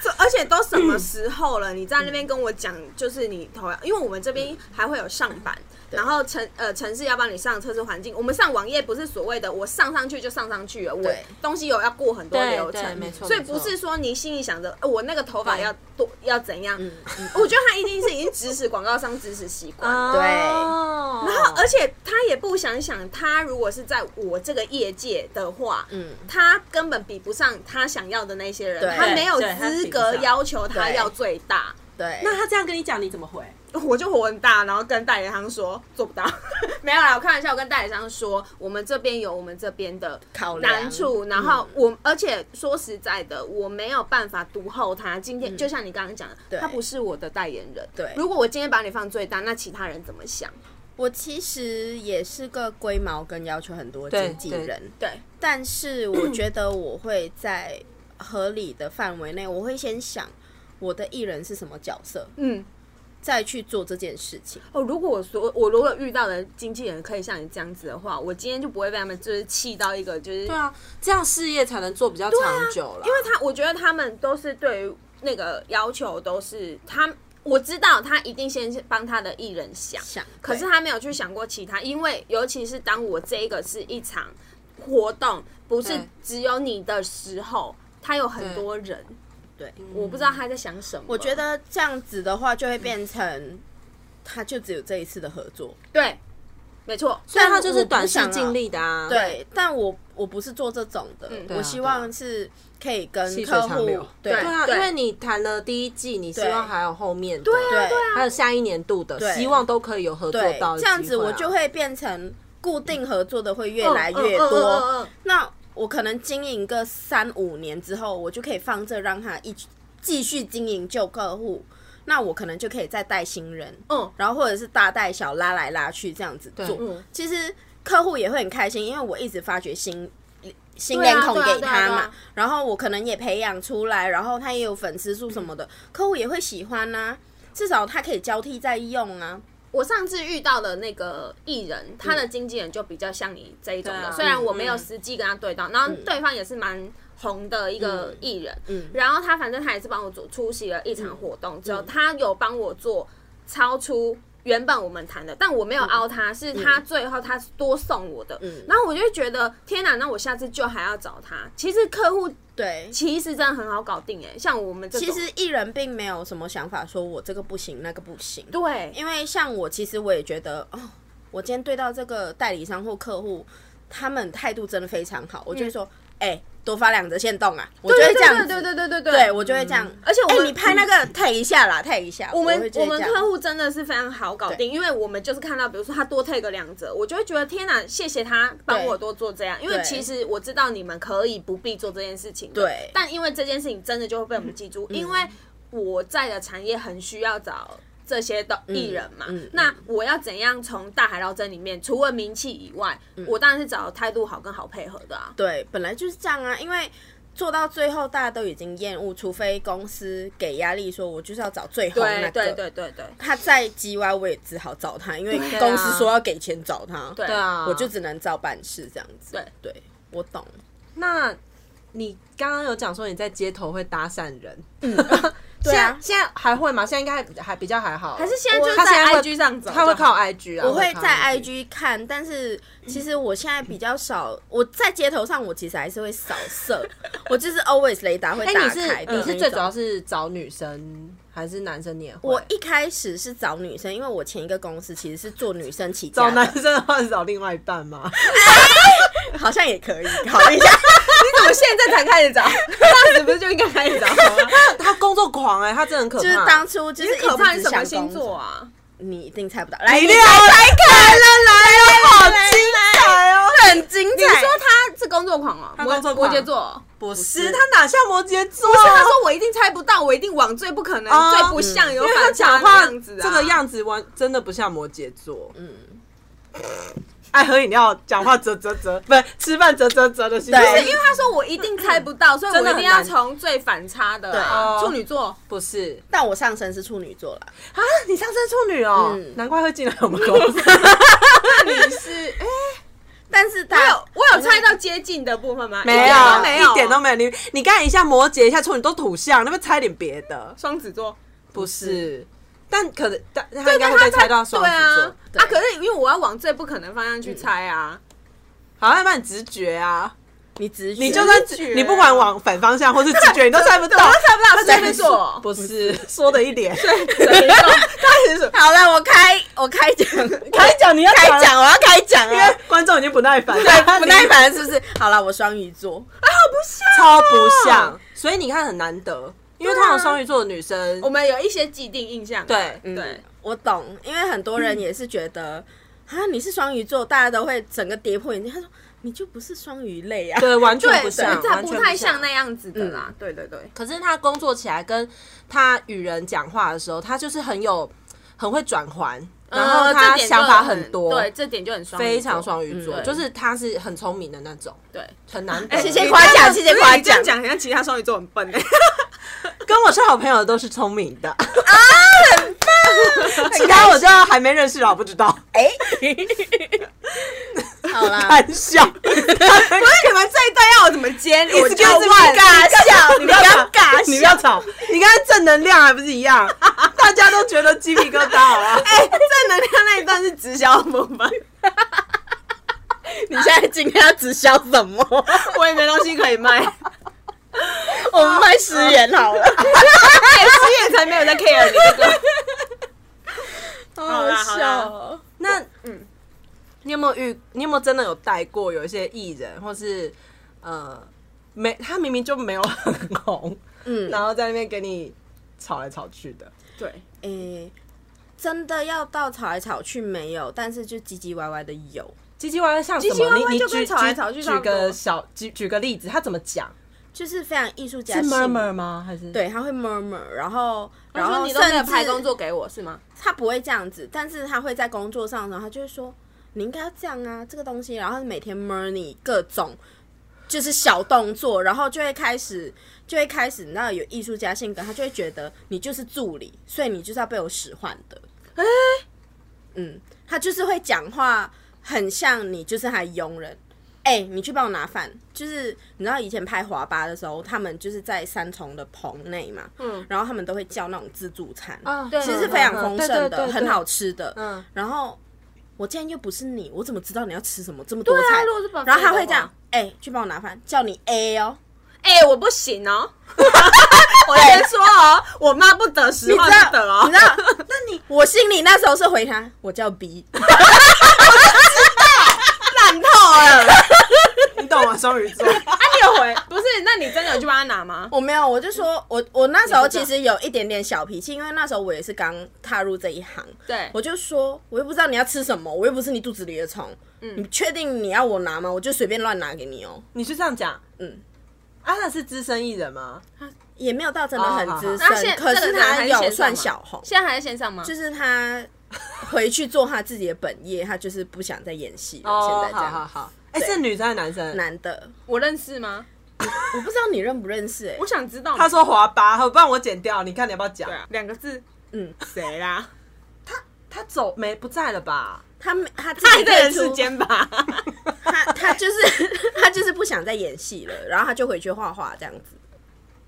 C: 这而且都什
A: 嗯
C: 么时候了，你在那边跟我讲，就是你头，因为我们这边还会有上版，然后城呃城市要帮你上测试环境，我们上网页不是所谓的我上上去就上上去了，我
B: 对
C: 东西有要过很多
A: 对
C: 流程
A: 对，没错
C: 所以
A: 没
C: 不
A: 错
C: 是说你心里想着呃我那个头发
A: 对嗯
C: 要多要怎样， 我觉得他一定是已经指使广告商指使习惯了。
A: 哦呃
B: 对
C: 然后，而且他也不想想，他如果是在我这个业界的话，
B: 嗯
C: 他根本比不上他想要的那些
B: 对
C: 人，他没有
A: 对他
C: 资
A: 比不
C: 格
A: 上
C: 要求他
B: 对
C: 要最大。
B: 对，
A: 那他这样跟你讲，你怎么回？
C: 我就火很大，然后跟代理商说做不到， 没有啦，我开玩笑，我跟代理商说我们这边有我们这边的
B: 考量
C: 难处，然后我、而且说实在的，我没有办法读后他。今天、就像你刚刚讲的，
B: 对
C: 他不是我的代言人。
B: 对
C: 如果我今天把你放最大，那其他人怎么想？
B: 我其实也是个龟毛跟要求很多经纪
A: 对对
B: 人，
C: 对，
B: 但是我觉得我会在合理的范围内，我会先想我的艺人是什么角色，
C: 嗯，
B: 再去做这件事情。
C: 哦，如果我所我如果遇到的经纪人可以像你这样子的话，我今天就不会被他们就是气到一个就是，
A: 对啊，这样事业才能做比较
B: 啊
A: 长久了。
C: 因为他我觉得他们都是对于那个要求都是他我知道他一定先帮他的艺人想，
B: 想，
C: 可是
B: 对
C: 他没有去想过其他，因为尤其是当我这一个是一场活动，不是
A: 对
C: 只有你的时候，他有很
A: 对
C: 多人，
B: 对
C: 我不知道他在想什么。
B: 我觉得这样子的话，就会变成他就只有这一次的合作。
C: 对，没错，嗯
A: 所以他
B: 但
A: 就
B: 我
A: 是
B: 不
A: 短视
B: 想啊
A: 尽力的啊。
B: 对，但我我不是做这种的，
C: 嗯对
A: 啊
B: 我希望是可以跟
A: 细水
B: 客
A: 长
B: 户
A: 流
B: 对
A: 对啊，
C: 对
A: 因为你谈了第一季，你希
B: 对
A: 望还有后面的，对
B: 对啊对
A: 还有下一年度的，
B: 对
A: 希望都可以有合作
B: 对
A: 到的机会啊。
B: 这样子我就会变成固定合作的会越来越
C: 嗯嗯嗯
B: 多。
C: 嗯嗯嗯
B: 那我可能经营个三五年之后，我就可以放这让他一继续经营旧客户，那我可能就可以再带新人，
C: 嗯
B: 然后或者是大带小拉来拉去这样子做。
C: 嗯
B: 其实客户也会很开心，因为我一直发掘新。新
C: 对啊
B: 脸孔
C: 对啊
B: 给
C: 对啊
B: 他
C: 对
B: 嘛，
C: 啊
B: 然后我可能也培养出来，然后他也有粉丝数什么的，客户也会喜欢呐、至少他可以交替在用啊。
C: 我上次遇到的那个艺人，他
B: 嗯
C: 的经纪人就比较像你这一种
A: 对
C: 的，
A: 啊
C: 虽然我没有实际跟他对到，然后对方也是蛮红的一个艺人，
B: 嗯
C: 然后他反正他也是帮我做出席了一场活动之后，他有帮我做超出。原本我们谈的，但我没有
B: 嗯
C: 凹他，是他最后他多送我的，然后我就觉得天哪，那我下次就还要找他。其实客户
B: 对，
C: 其实真的很好搞定哎、像我们这
B: 其
C: 种
B: 实艺人并没有什么想法，说我这个不行，那个不行。
C: 对，
B: 因为像我，其实我也觉得，哦，我今天对到这个代理商或客户，他们态度真的非常好，我就会说，哎、多发两则线动啊，我就会这样子，
C: 嗯对对对对对
B: 对我就会这样。
C: 而且我
B: 哎、
C: 们
B: 你拍那个 tag 一下啦，tag 一下，
C: 我
B: 会
C: 们
B: 就
C: 我
B: 会
C: 们
B: 这样
C: 客户真的是非常好搞定，因为我们就是看到，比如说他多 take 两折，我就会觉得天哪，谢谢他帮我多做这样，因为
B: 对
C: 其实我知道你们可以不必做这件事情的，
B: 对
C: 但因为这件事情真的就会被我们记住，因为我在的产业很需要找。这些的艺人嘛，
B: 嗯嗯
C: 那我要怎样从大海捞针里面，除了名气以外，我当然是找态度好跟好配合的啊。
B: 对，本来就是这样啊，因为。做到最后，大家都已经厌恶，除非公司给压力，说我就是要找最红那
C: 对
B: 个。
C: 对对对对，
B: 他再叽歪，我也只好找他，因为
A: 啊
B: 公司说要给钱找他，
C: 对
A: 对啊，
B: 我就只能照办事这样子。
C: 对
B: 对，我懂。
A: 那。你刚刚有讲说你在街头会搭讪人，
B: 对啊，
A: 现在现在还会吗？现在应该还还比较还好，还
C: 可是现在就是
A: 他现
C: 在
A: 在会
C: IG 上走就好，
A: 他会 靠 IG 啊，
B: 我会
A: 靠
B: 在 IG 看，但是其实我现在比较少，我在街头上我其实还是会扫射，我就是 always 雷达会
A: 哎，
B: 打
A: 你
B: 开
A: 是
B: 的那
A: 你
B: 一种
A: 是最主要是找女生还是男生？你也会
B: 我一开始是找女生，因为我前一个公司其实是做女生起
A: 找
B: 家
A: 男
B: 的，
A: 生的话是找另外一半 吗？
B: 好像也可以考虑一下。
A: 你怎么现在才开始找？
C: 当时不是就应该开始找吗？
A: 他工作狂哎、他真的很可怕。
B: 就是当初就是
C: 你
B: 一
C: 可怕
B: 直只
C: 是什么
B: 想
C: 星
B: 工作
C: 座，啊？
B: 你一定猜不到。来，
A: 你
B: 你
A: 料来看了来了，好精彩哦！
B: 很精彩。
C: 你是说他是工作狂哦，
A: 他工作
C: 摩
A: 狂
C: 摩羯座。
A: 不是他哪像摩羯座？
C: 不是他说我一定猜不到，我一定往最不可能、
A: 啊哦
C: 最不像有
A: 因为他
C: 反差
A: 讲
C: 的
A: 话
C: 样子啊，
A: 这个样子完真的不像摩羯座。
B: 嗯
A: 嗯，爱喝饮料，讲话啧啧啧，不是吃饭啧啧啧的星座。
B: 对
C: 因为他说我一定猜不到，所以
A: 真
C: 我
A: 的
C: 一
A: 很
C: 定要
A: 难
C: 从最反差的啊
A: 对哦
C: 处 女座。
A: 不是
B: 但我上身是处女座啦，
A: 啊？你上升处女哦，
B: 嗯
A: 难怪会进来我们公司。
C: 那你是哎，
B: 但是
C: 我
B: 他
C: 有我有猜到接近的部分吗？一
A: 没
C: 点
A: 有，
C: 都没有，
A: 一点都没有。你你刚才一下摩羯，一下处女，都土象，那边猜点别的，
C: 双子座。
A: 不是？但可能，但他应该
C: 但
A: 会
C: 他
A: 被猜到双子
C: 对
A: 座嗯
C: 啊。，啊，可是因为我要往最不可能方向去猜啊，
A: 好，要不然直觉啊，
B: 你直觉
A: 你 就算
C: 直觉
A: 你不管往反方向或是直觉，你都猜不 到，
C: 我都猜不到
A: 他在那边
C: 水瓶座
A: 不是说的一 点。
C: 开始
B: 好了，我开我开讲，
A: 开讲你要
B: 开
A: 讲，
B: 讲，我要开讲
A: 因
B: 了
A: 为。观众已经不耐烦了，
B: 对，不耐烦是不是？好了，我双鱼座，
A: 超不像，所以你看很难得，因为通常双鱼座的女生
C: 我，们有一些既定印象啊。
A: 对嗯
C: 对，
B: 我懂，因为很多人也是觉得啊，你是双鱼座，大家都会整个跌破眼镜。他说你就不是双鱼类 啊，
A: 对完全不
C: 对，
A: 像，
C: 这
A: 完
C: 不
A: 全
C: 太像那样子的啦。对对对，
A: 可是他工作起来跟他与人讲话的时候，他就是很有很会转环，嗯然后
C: 呃
A: 他
C: 这点就
A: 想法很多，
C: 对，这点就很双，
A: 非常。双鱼座，
C: 嗯对
A: 就是他是很聪明的那种，
C: 对，
A: 很难得。
C: 哎
B: 谢谢夸奖，谢谢夸
C: 你这样
B: 奖，
C: 讲好像其他双鱼座很笨哎。
A: 跟我是好朋友的都是聪明 的啊，很棒。其他我就还没认识了，我不知道。
B: 好啦，
A: 玩笑，不是你们这一段要我怎么接？我
B: 就尬笑，你不要尬
A: 你不
B: 笑
A: 要。吵，你刚才正能量还不是一样？ 大家都觉得鸡皮疙瘩啊！哎，
C: 正能量那一段是直销部分，
B: 你现在今天要直销什么？
C: 我也没东西可以卖，
B: 我们卖十元好了。
C: 失业才没有在 care 你这个。
B: 好
C: 啦好啦
B: 笑哦，
A: 那嗯，你有没有遇？你有没有真的有带过有一些艺人，或是呃，没他明明就没有很红，
B: 嗯，
A: 然后在那边给你吵来吵去的？
C: 对，
B: 诶、真的要到吵来吵去没有，但是就唧唧歪歪的有，
A: 唧唧歪歪像什
C: 唧唧
A: 么？
C: 歪
A: 你
C: 歪
A: 你
C: 就跟
A: 举
C: 吵来吵去
A: 举
C: 差
A: 举
C: 不多
A: 个小举举个例子，他怎么讲？
B: 就是非常艺术
A: 是
B: 家性
A: murmur 吗？还是？
B: 对，他会 murmur，然后然
C: 然
B: 后
C: 后你都没有
B: 甚至
C: 排工作给我是吗？
B: 他不会这样子，但是他会在工作上的时候，他就会说你应该要这样啊，这个东西，然后每天 murmur 你各种就是小动作，然后就会开始就会开始，你知道有艺术家性格，他就会觉得你就是助理，所以你就是要被我使唤的。哎、嗯，他就是会讲话，很像你就是他的佣人。哎、你去帮我拿饭。就是你知道以前拍华巴的时候，他们就是在三重的棚内嘛，嗯，然后他们都会叫那种自助餐，
C: 哦
A: 啊，
B: 其实是
A: 嗯
B: 非常
A: 嗯
B: 丰
A: 对
B: 盛
A: 对对
B: 的，
A: 对
B: 很好吃的。
A: 嗯，
B: 然后我竟然又不是你，我怎么知道你要吃什么这么多
C: 对啊
B: 菜
C: 如果是？本地
B: 然后他会
C: 的
B: 这样
C: 话，
B: 哎，去帮我拿饭，叫你 A 哦。
C: 哎，我不行哦。我先说哦，我妈不得，
B: 你
C: 实
B: 知
C: 话
B: 道
C: 不得哦
B: 你。知道？ 那你我心里那时候是回他，我叫 B。
C: 烂透了。
A: 你懂吗？双 鱼座，
C: 啊，你有 回？不是，那你真的有去帮他拿吗？
B: 我没有，我就说我我那时候其实有一点点小脾气，因为那时候我也是刚踏入这一行。
C: 对，
B: 我就说，我又不知道你要吃什么，我又不是你肚子里的虫，
A: 嗯
B: 你确定你要我拿吗？我就随便乱拿给你哦、
A: 你就这样讲。
B: 嗯，
A: 啊，那是资深艺人吗？
B: 也没有到真的很
A: 哦好
B: 资
C: 好那现
B: 深，可
C: 这
B: 是
C: 个男
B: 他
C: 孩是
B: 有
C: 线上
B: 算
C: 吗
B: 小红，
C: 现在还在线上吗？
B: 就是他回去做他自己的本业，他就是不想再演戏了。
A: 哦，
B: 现在这
A: 好好
B: 样，
A: 好。哎，是女生还是男生？
B: 男的，
C: 我认识吗？
B: 我不知道你认不认识哎、
C: 我想知道。
A: 他说滑吧，好，不然我剪掉，你看你要不要讲
C: 对？啊，两个字，
B: 嗯，
C: 谁啦？
A: 他走没不在了吧？
B: 他没他自
C: 爱
B: 己
C: 的人
B: 退
C: 是
B: 出，
C: 肩膀。
B: 他他就是他就是不想再演戏了，然后他就回去画画这样子。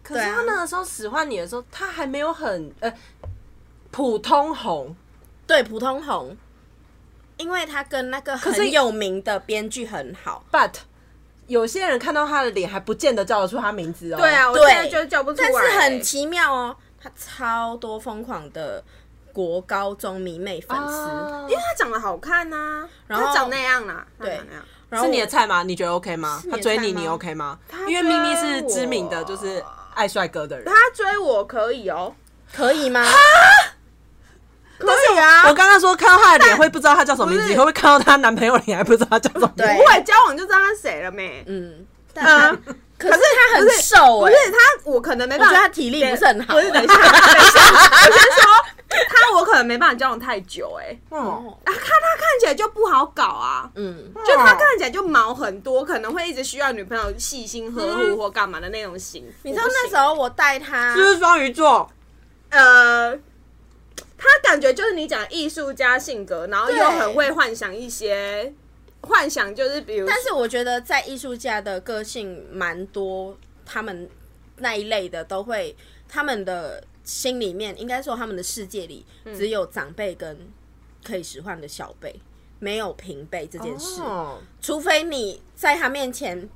A: 可是
B: 对啊
A: 他那个时候使唤你的时候，他还没有很呃普通红，
B: 对，普通红，因为他跟那个
A: 是
B: 很有名的编剧很好，
A: ，but 有些人看到他的脸还不见得叫得出他名字哦。
C: 对，啊，我现在就叫不出来
B: 但
C: 欸。
B: 是很奇妙哦，他超多疯狂的国高中迷妹粉丝。
A: 啊
C: 因为他长得好看呐，
B: 然后
C: 他长那样啦，他
B: 对
C: 长那样。
B: 然后
A: 是
B: 我
A: 你的菜吗？你觉得 OK 吗？
B: 是你
A: 他
B: 的
A: 追你，
B: 菜吗
A: 你 OK 吗？
C: 追
A: 因为咪咪是知名的，就是爱帅哥的人。
C: 他追我可以哦，
B: 可以吗？
C: 可以啊
A: 我。刚刚说看到他的脸会不知道他叫什么名字，
C: 不
A: 你
C: 是
A: 会不会看到他男朋友脸还不知道他叫什么名字？
B: 对
C: 不会交往就知道他谁了没？
B: 嗯，但他
C: 嗯
B: 可是他很
C: 不是
B: 瘦
C: 不
B: 哎、
C: 是他，我可能没
B: 我
C: 办
B: 觉得
C: 法
B: 他。体力不是很好。欸
C: 不是， 等一下，等一下，我先说他，我可能没办法交往太久哎、
B: 哦
A: 嗯，
C: 啊，看他看起来就不好搞啊，
B: 嗯，
C: 就他看起来就毛很多，可能会一直需要女朋友细心呵护或干嘛的那种型。
B: 嗯你知道那时候我带他
A: 就，是双鱼座，
C: 呃，他感觉就是你讲艺术家性格，然后
B: 对
C: 又很会幻想一些幻想就是比如，
B: 但是我觉得在艺术家的个性蛮多，他们那一类的都会，他们的心里面应该说他们的世界里只有长辈跟可以使唤的小辈，没有平辈这件事。
A: 哦，
B: 除非你在他面前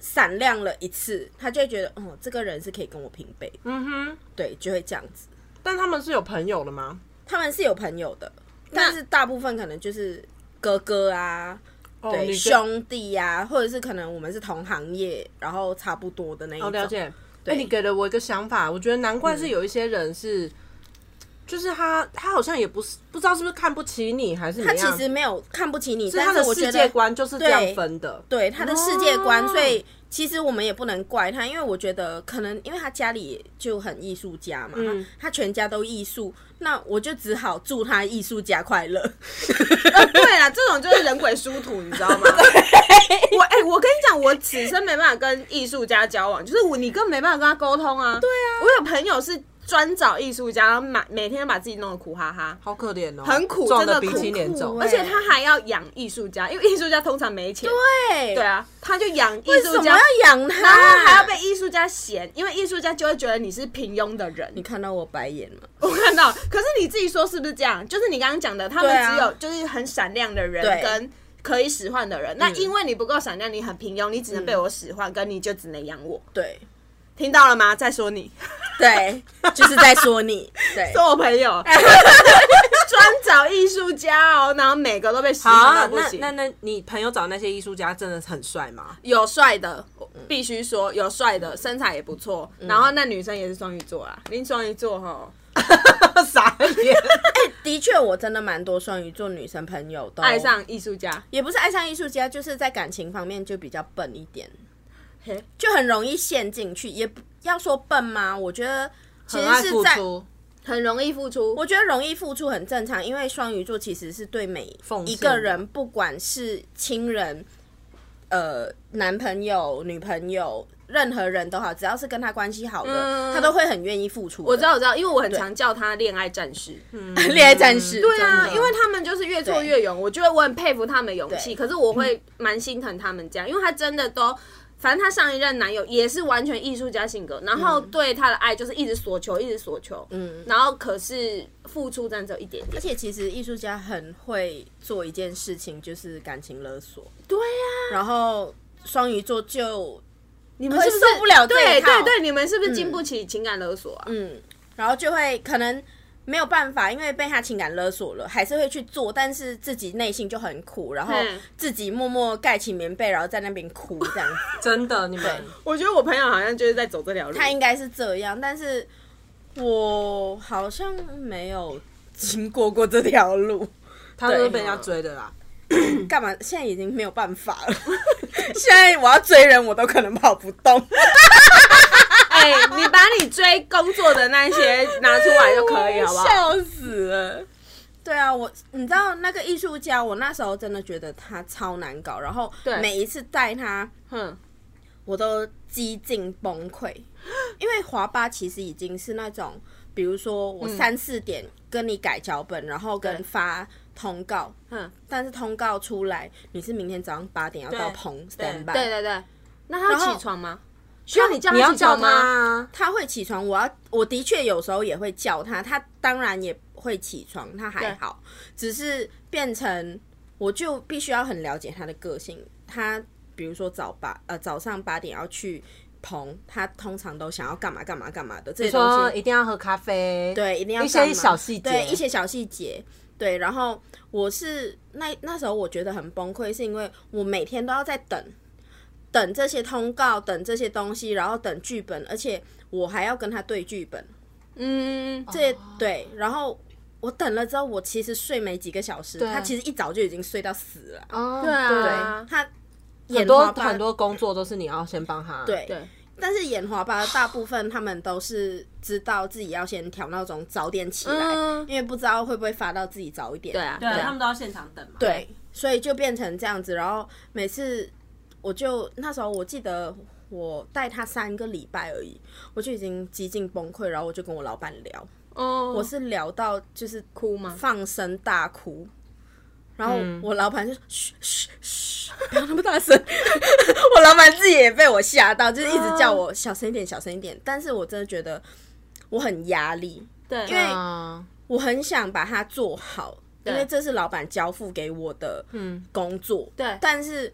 B: 闪亮了一次，他就会觉得，哦、这个人是可以跟我平辈的，
A: 嗯哼，
B: 对，就会这样子。
A: 但他们是有朋友的吗？
B: 他们是有朋友的，但是大部分可能就是哥哥啊，
A: 哦
B: 对，
A: 你跟
B: 兄弟啊，或者是可能我们是同行业，然后差不多的那一种。
A: 哦，了解。哎、
B: 对
A: 你给了我一个想法，我觉得难怪是有一些人是，就是他他好像也不是不知道是不是看不起你，还是
B: 他
A: 怎
B: 其
A: 样，
B: 实没有看不起你，
A: 是他
B: 但
A: 的
B: 是我
A: 世
B: 觉
A: 界
B: 得
A: 观就是这样
B: 对
A: 分的。
B: 对他的世界
C: 哦
B: 观，所以其实我们也不能怪他，因为我觉得可能因为他家里就很艺术家嘛，
A: 嗯
B: 他全家都艺术，那我就只好祝他艺术家快乐。
C: 对啦，这种就是人鬼殊途，你 知道吗？我哎、我跟你讲，我此生没办法跟艺术家交往，就是我你根本没办法跟他沟通啊。对啊，我有朋友是专找艺术家，然后每每天把自己弄得苦哈哈。
A: 好可怜哦，
C: 很苦
A: 撞
C: 真的
A: 得鼻
C: 苦
A: 青脸肿哎
B: 苦。
C: 而且他还要养艺术家，因为艺术家通常没钱。
B: 对
C: 对，啊，他就养艺
B: 为什
C: 术
B: 么
C: 家，
B: 要养他？
C: 然后还要被艺术家嫌，因为艺术家就会觉得你是平庸的人。
B: 你看到我白眼吗？
C: 我看到，可是你自己说是不是这样？就是你刚刚讲的，他们
B: 对啊
C: 只有就是很闪亮的人
B: 对
C: 跟可以使唤的人。那因为你不够闪亮，你很平庸，你只能被我使唤，跟你就只能养我。
B: 对
C: 听到了吗？再说你，
B: 对，就是在说你。 对，
C: 说我朋 友专找艺术家哦，然后每个都被使
A: 好
C: 唤到
A: 啊，
C: 不
A: 那
C: 行。
A: 那那你朋友找那些艺术家真的很帅吗？
C: 有帅的，必须说有帅的，身材也不错。然后那女生也是双鱼座啊，您双鱼座哈，
A: 傻眼，
B: 的确，我真的蛮多双鱼座女生朋友都
C: 爱，上艺术家，
B: 也不是爱上艺术家，就是在感情方面就比较笨一点
C: 嘿，
B: 就很容易陷进去。也不要说笨吗？我觉得其
A: 很
B: 实
A: 爱
B: 是
A: 付
B: 在
A: 出，
C: 很容易付出。
B: 我觉得容易付出很正常，因为双鱼座其实是对每
A: 奉献
B: 一个人，不管是亲人、呃男朋友、女朋友，任何人都好，只要是跟他关系好的，
C: 嗯
B: 他都会很愿意付出的。嗯
C: 我知道，我知道，因为我很常叫他恋爱战士。
B: 恋爱战士，
C: 对啊
B: 真，的
C: 因为他们就是越挫越勇，我觉得我很佩服他们的勇气，
B: 对
C: 可是我会蛮心疼他们这样，因为他真的都。反正她上一任男友也是完全艺术家性格，然
B: 嗯
C: 后对她的爱就是一直所求，一直所求，嗯，然后可是付出真的只有一点点
B: 而。且其实艺术家很会做一件事情，就是感情勒索。
C: 对呀、
B: 然后双鱼座就
C: 你们是不是
B: 会受不了这
C: 对
B: 一套
C: 对对，你们是不是经不起情感勒索啊？
B: 嗯，然后就会可能没有办法，因为被他情感勒索了，还是会去做，但是自己内心就很苦，然后
C: 嗯
B: 自己默默盖起棉被，然后在那边哭这样子。
A: 真的，你们
C: 我觉得我朋友好像就是在走这条路，
B: 他应该是这样，但是我好像没有经过过这条路，
A: 他都是被人家追的啦。
B: 干嘛？现在已经没有办法了。 现在我要追人，我都可能跑不动。
C: 哎、你把你追工作的那些拿出来就可以，好不好？
B: 笑死了。对啊，我你知道那个艺术家，我那时候真的觉得他超难搞，然后
C: 对
B: 每一次带他，
C: 哼，
B: 我都几近崩溃，因为华巴其实已经是那种，比如说我三四点跟你改脚本，然后
C: 嗯对
B: 跟发通告，
C: 嗯，
B: 但是通告出来你是明天早上八点要到
A: 对
B: 棚
A: 对
B: stand by，
C: 对对对，那他要
B: 然后
C: 起床吗？需要你叫
A: 你
C: 他
A: 要
C: 起
A: 叫
C: 床
A: 他
C: 吗？
A: 啊，
B: 他会起床，我要我的确有时候也会叫他，他当然也会起床，他还好，只是变成我就必须要很了解他的个性。他比如说早八呃早上八点要去棚，他通常都想要干嘛干嘛干嘛的这些东
A: 说
B: 西，
A: 一定要喝咖啡，，
B: 对，一定要
A: 一
B: 干
A: 些
B: 嘛
A: 小细节
B: 对一些小细节，对。然后我是那那时候我觉得很崩溃，是因为我每天都要在等，等这些通告，等这些东西，然后等剧本，而且我还要跟他对剧本，
C: 嗯，
B: 这、对。然后我等了之后，我其实睡没几个小时，
A: 对
B: 他其实一早就已经睡到死了。
A: 哦，
C: 对
B: 对
C: 啊，
B: 他
A: 很
B: 眼
A: 多
B: 花吧
A: 很多工作都是你要先帮他，
B: 对
C: 对，啊
B: 但是眼滑吧，大部分他们都是知道自己要先调闹钟，早点起来，
C: 嗯
B: 因为不知道会不会发到自己早一点。
C: 对啊，
A: 对
C: 啊
A: 他们都要现场等嘛，
B: 对，所以就变成这样子。然后每次我就那时候我记得我带他三个礼拜而已，我就已经几近崩溃，然后我就跟我老板聊，
C: 哦，
B: 我是聊到就是
C: 哭吗？
B: 放声大哭，然后
C: 嗯
B: 我老板就说嘘嘘嘘，不要那么大声。 我老板自己也被我吓到，就是一直叫我小声一点，小声一点。但是我真的觉得我很压力，
C: 对，嗯
B: 因为
A: 嗯
B: 我很想把它做好，因为这是老板交付给我的工作。
C: 嗯对
B: 但是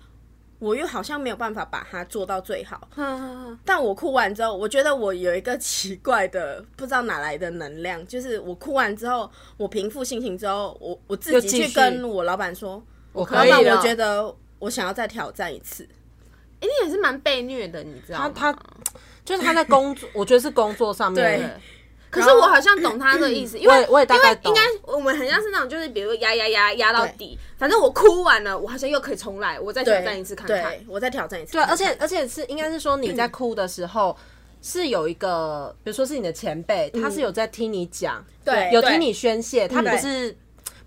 B: 我又好像没有办法把它做到最好。
C: 嗯
B: 但我哭完之后，我觉得我有一个奇怪的，不知道哪来的能量，就是我哭完之后，我平复心情之后，我我自己
A: 又继
B: 去
A: 续
B: 跟我老板说，
A: 我可
B: 老
A: 以
B: 板，
A: 了。
B: 我觉得我想要再挑战一次。
C: 哎，你也是蛮被虐的，你知道
A: 他
C: 吗？
A: 他就是他在工 作，我觉得是工作上面
B: 对，
C: 可是我好像懂他的 意思，因
A: 我也
C: 为
A: 我也大概懂
C: 因为应该我们很像是那种，就是比如压压压压到底，反正我哭完了，我好像又可以重来，我再挑战一次看看
B: 对。，我再挑战一次
A: 对，啊
B: 看看。
A: 而且而且是应该是说你在哭的时候。
B: 嗯
A: 是有一个，比如说是你的前辈，他是有在听你讲，
B: 对
A: 有
B: 对嗯
A: 听你宣泄，他不是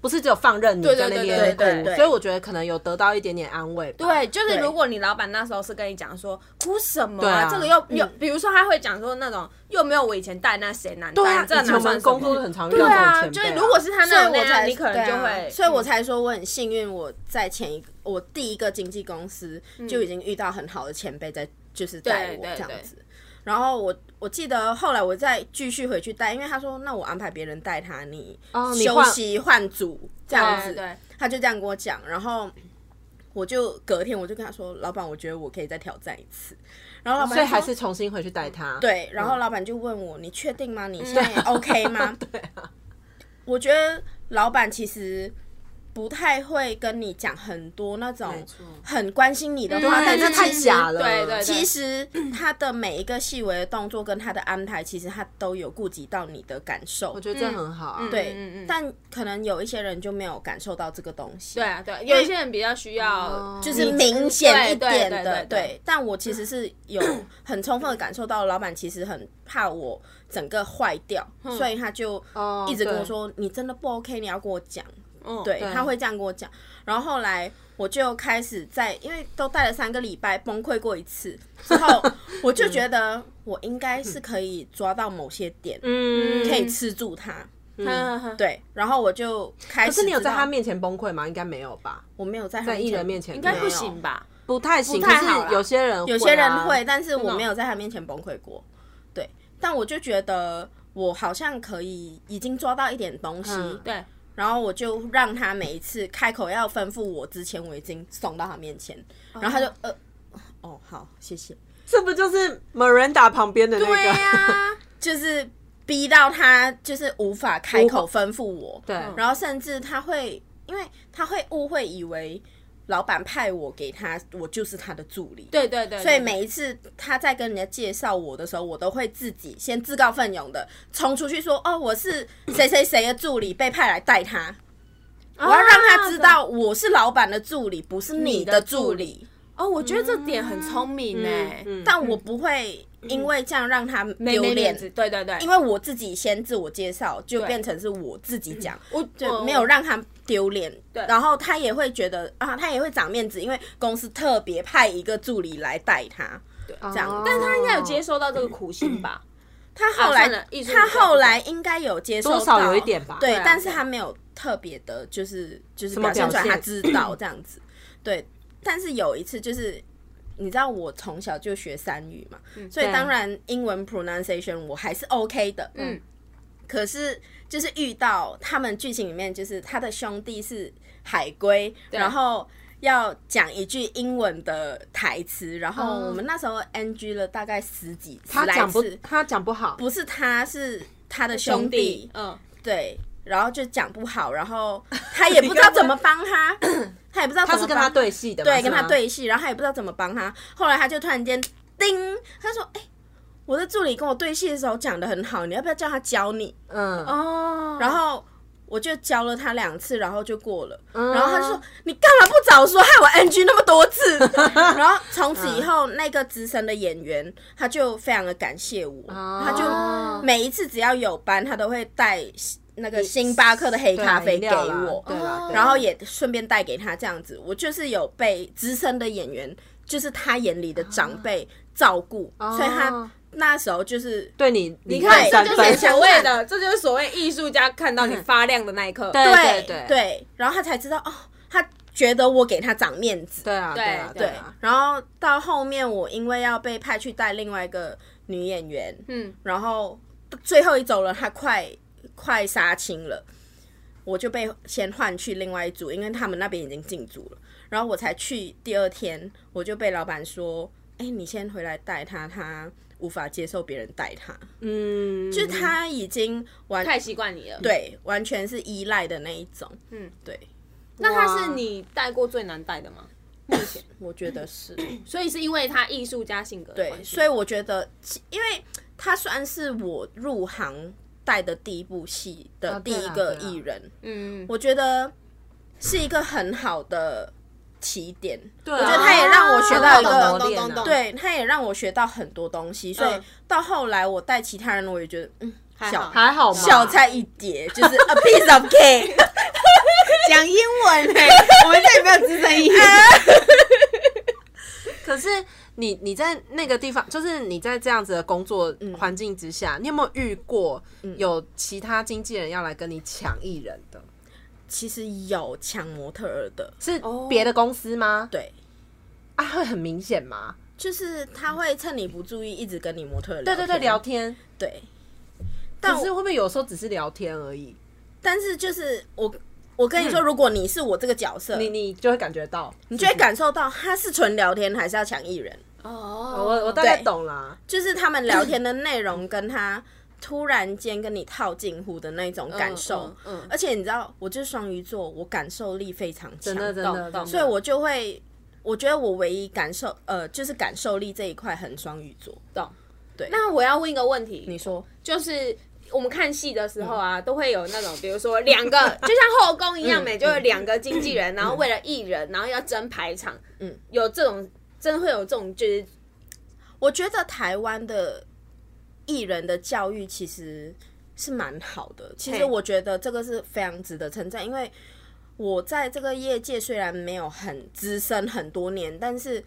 A: 不是只有放任你
B: 对
A: 在
B: 对
A: 那
B: 对
A: 边
B: 对对
A: 哭，
B: 对
A: 所以我觉得可能有得到一点点安慰吧。
C: 对，就是
B: 对
C: 如果你老板那时候是跟你讲说哭什么
A: 对啊
C: 这个又又，比如说他会讲说那种又没有我以前带那谁难
A: 对
C: 带，
A: 啊，
C: 这哪
A: 以前我
C: 算
A: 们
C: 什么
A: 工作是很常遇
C: 对
A: 到这种
C: 啊，
A: 前辈、
C: 就是如果是他
B: 所以
C: 那种那
B: 我才
C: 样，你可能就
B: 对
C: 会，嗯
B: 啊所以我才说我很幸运，我在前一个我第一个经纪公司就已经遇到很好的前辈在，就是带我
C: 嗯对对
B: 这样
C: 对
B: 子。然后我我记得后来我再继续回去带，因为他说那我安排别人带他，你
A: 哦你
B: 休
A: 换
B: 息换组这样
C: 对
B: 子。
C: 对，
B: 他就这样跟我讲，然后我就隔天我就跟他说，老板，我觉得我可以再挑战一次。然后老板
A: 所以
B: 就
A: 还
B: 说
A: 是重新回去带他。
B: 对，然后老板就问我，你确定吗？
C: 嗯
B: 你现在 OK 吗？对
A: 啊
B: 我觉得老板其实不太会跟你讲很多那种很关心你的
A: 对
C: 嗯
A: 啊，
B: 话，
A: 但
B: 但
A: 这
B: 是
A: 太
B: 其实
A: 假了。
C: 对对对
B: 其实他的每一个细微的动作跟他的安排，其实他都有顾及到你的感受
A: 我。觉得这很好啊。
B: 对，
C: 嗯嗯嗯
B: 但可能有一些人就没有感受到这个东西。
C: 对啊对，有一些人比较需要，
A: 哦
B: 就是明显一点
C: 对对
B: 的
C: 对，对
B: 对。但我其实是有很充分的感受到，老板其实很怕我整个坏掉，
C: 嗯
B: 所以他就
A: 哦
B: 一直跟我，说：“你真的不 OK，你要跟我讲。”对
A: 对，
B: 他会这样跟我讲。然后后来我就开始在，因为都带了三个礼拜，崩溃过一次之 后，我就觉得我应该是可以抓到某些点，
A: 嗯，
B: 可以吃住它。
C: 嗯，
B: 对，然后我就开
A: 可
B: 始。
A: 是你有在他？面前崩溃吗？应该没有吧，
B: 我没有在他
A: 在艺人面
B: 面
A: 前
C: 应该
A: 没
C: 不
A: 有
C: 行吧？
A: 不太行。
C: 不太好
A: 可
C: 啦
A: 是有些人、啊
B: 有些人会，，但是我
C: 的哦
B: 没有在他面前崩溃
A: 哦
B: 过。对，但我就觉得我好像可以已经抓到一点东西，
A: 嗯
C: 对，
B: 然后我就让他每一次开口要吩咐我之前，我已经送到他面前，然后他就呃，哦，好，谢谢，
A: 这不就是 Miranda 旁边的那个？
C: 对 呀，
B: 就是逼到他就是无法开口吩咐我，
A: 对
B: 然后甚至他会，因为他会误会以为老板派我给他，我就是他的助理，对
C: 对对对，
B: 所以
C: 对
B: 每一次他在跟人家介绍我的时候，我都会自己先自告奋勇的冲出去说：“哦，我是谁谁谁的助理，被派来带他。”我要让他
C: 哦啊
B: 知道我是老板的助理，不是你的助理。
C: 哦，我觉得这点很聪明哎，
A: 嗯，
B: 但我不会因为这样让他
C: 嗯没
B: 丢
C: 没
B: 脸
C: 面，子，对对对，
B: 因为我自己先自我介绍，就变成是我自己讲，
C: 嗯我
B: 就
C: 我
B: 没有让他丢脸。然后他也会觉得啊，他也会长面子，因为公司特别派一个助理来带他。
A: 这
B: 样
A: 但
C: 他应该有接受到这个苦心吧？
B: 他后来、
C: 啊算了艺术
B: 他
C: 比较
B: 后来应该有接受到，
A: 多少有一点吧
B: 对，
C: 对啊
B: 但是他没有特别的，就是就是
A: 么
B: 表现出来
A: 表现
B: 他知道这样子。对，但是有一次就是。你知道我从小就学三语嘛，
C: 嗯
B: 所以
A: 对
B: 当然英文 pronunciation 我还是 OK 的。嗯，可是就是遇到他们剧情里面，就是他的兄弟是海归，然后要讲一句英文的台词，然后
C: 哦
B: 我们那时候 NG 了大概十几十
A: 他
B: 来
A: 讲不
B: 次，
A: 他讲不好，
B: 不是他，是他的兄
C: 兄
B: 弟
C: 弟，，嗯，
B: 对，然后就讲不好，然 后他也不知道怎么帮他，他也不知道怎
A: 他
B: 么
A: 是跟
B: 帮
A: 他对戏的嘛，
B: 对
A: 是
B: 跟
A: 吗
B: 他，对戏，然后他也不知道怎么帮他，后来他就突然间叮，他说：“哎、我的助理跟我对戏的时候讲的很好，你要不要叫他教你
A: 嗯，
C: 哦，？”
B: 然后。我就教了他两次，然后就过了。
A: 嗯
B: 然后他就说：“你干嘛不早说，害我 NG 那么多次？” 然后从此以后，那个资深的演员他就非常的感谢我，他就
A: 哦
B: 每一次只要有班，他都会带那个星巴克的黑
A: 对啊
B: 咖啡
A: 饮
B: 给
A: 料啦
B: 我，哦
A: 对啦，对啊
B: 然后也顺便带给他这样子。我就是有被资深的演员，就是他眼里的长辈照顾，
A: 哦
B: 所以他那时候就是
A: 对你，你
C: 你看，
A: 三
C: 这就是
A: 分，
C: 所谓的，这就是所谓艺术家看到你发亮的那一刻。
A: 对对
B: 对，然后他才知道哦，他觉得我给他长面子，
A: 对啊，对啊，
E: 对
A: 对
B: 对
A: 啊，。
B: 然后到后面我因为要被派去带另外一个女演员，
E: 嗯，
B: 然后最后一走了，他快快杀青了，我就被先换去另外一组，因为他们那边已经进组了。然后我才去第二天，我就被老板说：“哎、你先回来带他，他无法接受别人带他，
A: 嗯，
B: 就是他已经完
E: 太习惯你了。，
B: 对完全是依赖的那一种。”嗯，对，
E: 那他是你带过最难带的吗？
B: 我觉得是。
A: 嗯
E: 所以是因为他艺术家性格的
B: 对，
E: 关系
B: 所以我觉得，其因为它算是我入行带的第一部戏
A: 啊
B: 的第一个艺人，
E: 嗯，
B: 我觉得是一个很好的起点。
A: 对啊，
B: 我觉得他也让我学到一
A: 懂嗯
B: 个，
A: 懂懂懂
B: 对，他也让我学到很多东西，所以到后来我带其他人，我也觉得，嗯，小
A: 还好嘛，
B: 小菜一碟，就是 a piece of cake。
F: 讲英文哎、我们这里没有资深英语。
A: 可是你你在那个地方，就是你在这样子的工作环境之下，你有没有遇过有其他经纪人要来跟你抢艺人的？
B: 其实有抢模特儿的，
A: 是别的公司吗？
B: 对，
A: 啊，会很明显吗？
B: 就是他会趁你不注意，一直跟你模特儿
A: 对对对，
B: 天
A: 聊天。
B: 对。
A: 但
B: 但
A: 是
B: 我
A: 会不会有时候只是聊天而已？
B: 但是就是我，我跟你说，如果你是我这个角色，
A: 嗯你
B: 你
A: 你就会感觉到，你
B: 就会感受到他是纯聊天还是要抢艺人，
A: 我
E: 哦，
A: 我大概
B: 对
A: 懂啦。
B: 就是他们聊天的内容跟他突然间跟你套近乎的那种感受。
E: 嗯嗯嗯
B: 而且你知道，我就是双鱼座，我感受力非常强，
A: 真的真
E: 懂
A: 的，
E: 懂
A: 真的
B: 所 以我就会，我觉得我唯一感受，呃，就是感受力这一块很双鱼座。
E: 懂。
B: 对
E: 那我要问一个问题，
B: 你说，
E: 就是我们看戏的时候啊，都会有那种，比如说两个，就像后宫一样，每就有两个经纪人，然后为了艺人，然后要争排场，嗯，有这种真会有这种就是
B: 我觉得台湾的艺人的教育其实是蛮好的，其实
E: 嘿
B: 我觉得这个是非常值得称赞，因为我在这个业界虽然没有很资深很多年，但是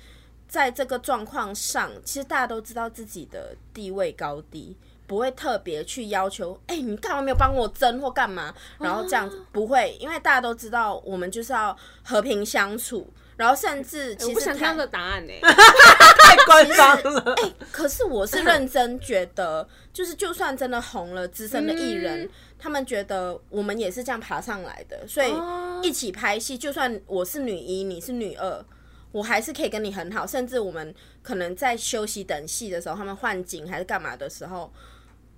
B: 在这个状况上，其实大家都知道自己的地位高低。不会特别去要求，哎、你干嘛没有帮我争或干嘛？然后这样子、
E: 哦
B: 不会，因为大家都知道，我们就是要和平相处。然后甚至其
E: 哎我
B: 实
E: 不想看
B: 台
E: 到的答案呢、
A: 太官方了。
B: 可是我是认真觉得， 就是就算真的红了，资深的艺人，
E: 嗯
B: 他们觉得我们也是这样爬上来的，所以
E: 哦
B: 一起拍戏，就算我是女一，你是女二。我还是可以跟你很好，甚至我们可能在休息等戏的时候，他们换景还是干嘛的时候，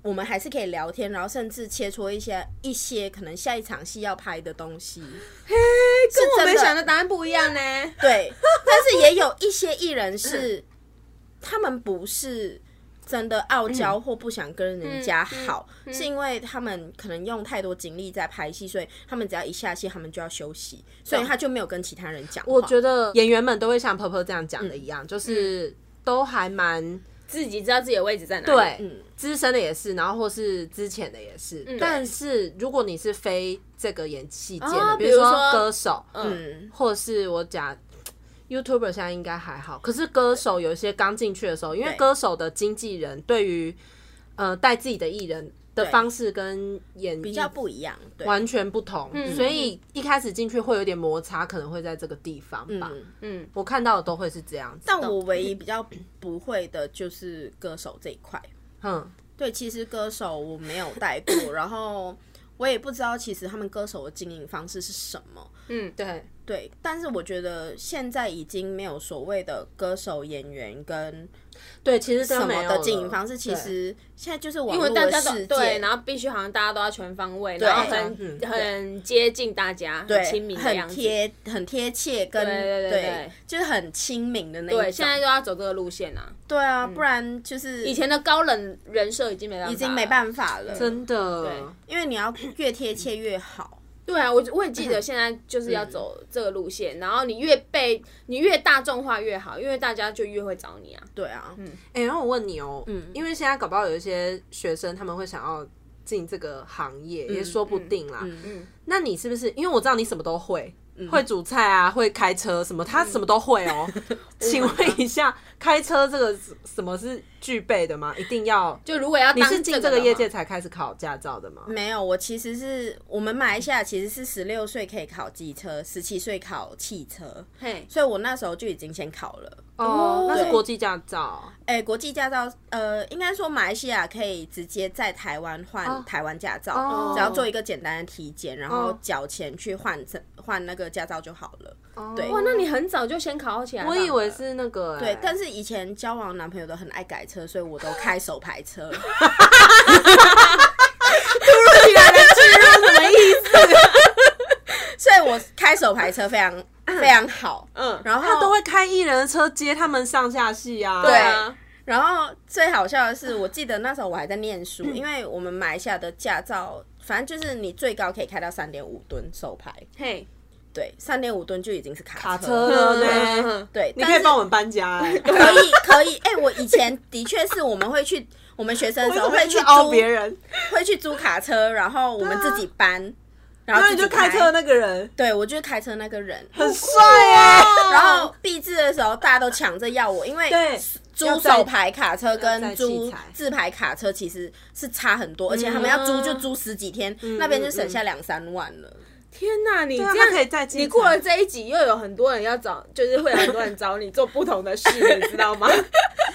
B: 我们还是可以聊天，然后甚至切磋一些一些可能下一场戏要拍的东西。
E: 跟我
B: 真
E: 们
B: 的
E: 想的答案不一样呢、
B: 对，但是也有一些艺人
A: 嗯
B: 是，他们不是真的傲娇或不想跟人家好，
A: 嗯
B: 是因为他们可能用太多精力在拍戏，所以他们只要一下戏，他们就要休息，所以他就没有跟其他人讲话。
A: 我觉得演员们都会像 Purple 这样讲的一样，就是都还蛮
E: 自己知道自己的位置在哪里。
A: 对
B: 嗯，
A: 资深的也是，然后或是之前的也是。但是如果你是非这个演戏界的，
E: 哦
A: 如
E: 比如说
A: 歌手，
B: 嗯，
A: 或是我讲 YouTuber 现在应该还好，可是歌手有一些刚进去的时候，因为
B: 对
A: 歌手的经纪人对于呃带自己的艺人的方式跟演
B: 比
A: 比
B: 较不一样，对，
A: 完全不同，所以一开始进去会有点摩擦，可能会在这个地方吧。
B: 嗯
E: 嗯，
A: 我看到的都会是这样子，
B: 但我唯一比较不会的就是歌手这一块。
A: 嗯，
B: 对，其实歌手我没有带过，然后我也不知道其实他们歌手的经营方式是什么。
A: 对，
B: 对，但是我觉得现在已经没有所谓的歌手、演员跟
A: 对，其实
B: 什
A: 什
B: 么的经营方式，其实现在就是网
E: 因
B: 络
E: 为大
B: 的
E: 家都
B: 世界，
E: 对，然后必须好像大家都要全方位，然后很、
A: 嗯
E: 很接近大家，很
B: 对
E: 亲民的样
B: 很
E: 子。
B: 贴、很贴切，跟
E: 对对对对
B: 就是很亲民的那一
E: 对，
B: 种。
E: 现在都要走这个路线啊！
B: 对啊，不然就是
E: 以前的高冷人设已经没办法，
B: 已经没
E: 法。
B: 办法了，
A: 真
E: 对
A: 的，
B: 因为你要越贴切越好。
E: 对啊，我我也记得现在就是
B: 嗯
E: 要走这个路线，然后你越被你越大众化越好，因为大家就越会找你啊。
B: 对啊，
A: 哎、然后我问你哦、嗯，因为现在搞不好有一些学生他们会想要进这个行业，也说不定啦。
E: 嗯，
A: 那你是不是？因为我知道你什么都会，会煮菜啊，会开车什么，他什么都会哦、 请问一下，开车这个什么是具备的吗？一定要
C: 就如果要
A: 你
C: 当
A: 是进这个
C: 个的
A: 业
C: 话
A: 界才开始考驾照的吗？
B: 没有，我其实是我们马来西亚其实是十六岁可以考机车，十七岁考汽车，
C: 嘿，
B: 所以我那时候就已经先考了。
A: 哦，那是
B: 对
A: 国际驾照。
B: 哎、国际驾照，呃，应该说马来西亚可以直接在台湾换台湾驾照，
A: 哦
B: 只要做一个简单的体检，然后
A: 哦
B: 缴钱去换成换那个驾照就好了。
A: 对
C: 哇，那你很早就先考起来了，
A: 我以为是那个欸，
B: 对，但是以前交往男朋友都很爱改车，所以我都开手排车。
A: 你来的植入什么意思？
B: 所以我开手排车非常非常好，嗯，然后
A: 他都会开艺人的车接他们上下戏啊。
B: 对
C: 啊，
B: 然后最好笑的是，我记得那时候我还在念
A: 嗯
B: 书，因为我们马来西亚的驾照，反正就是你最高可以开到三点五吨手排，
C: 嘿，
B: 对，三点五吨就已经是卡
A: 卡车
B: 车
A: 了
C: 嗯
A: 呢。
C: 嗯
B: 对，
A: 你
B: 但
A: 可以
B: 是
A: 帮我们搬家欸，
B: 可以可以，哎、我以前的确是我们会去，我们学生的时候会去
A: 去凹
B: 租，
A: 别 人，
B: 会去租卡车，然后我们自己搬，然后
A: 那
B: 自
A: 你
B: 己
A: 就开车，那个人
B: 对我就是开车那个人，
A: 很帅哎。
B: 然后闭制的时候，大家都抢着要我，因为
A: 对
B: 租手牌卡车
A: 要载
B: 跟
A: 器
B: 租
A: 材
B: 自牌卡车其实是差很多，而且他们要租
A: 嗯
B: 就租十几天，那边就省下两三万了。
C: 天哪，你
A: 啊
C: 这
A: 他可以
C: 样
A: 再进
C: 你过了
A: 场
C: 这一集，又有很多人要找，就是会有很多人找你做不同的事，你知道 吗？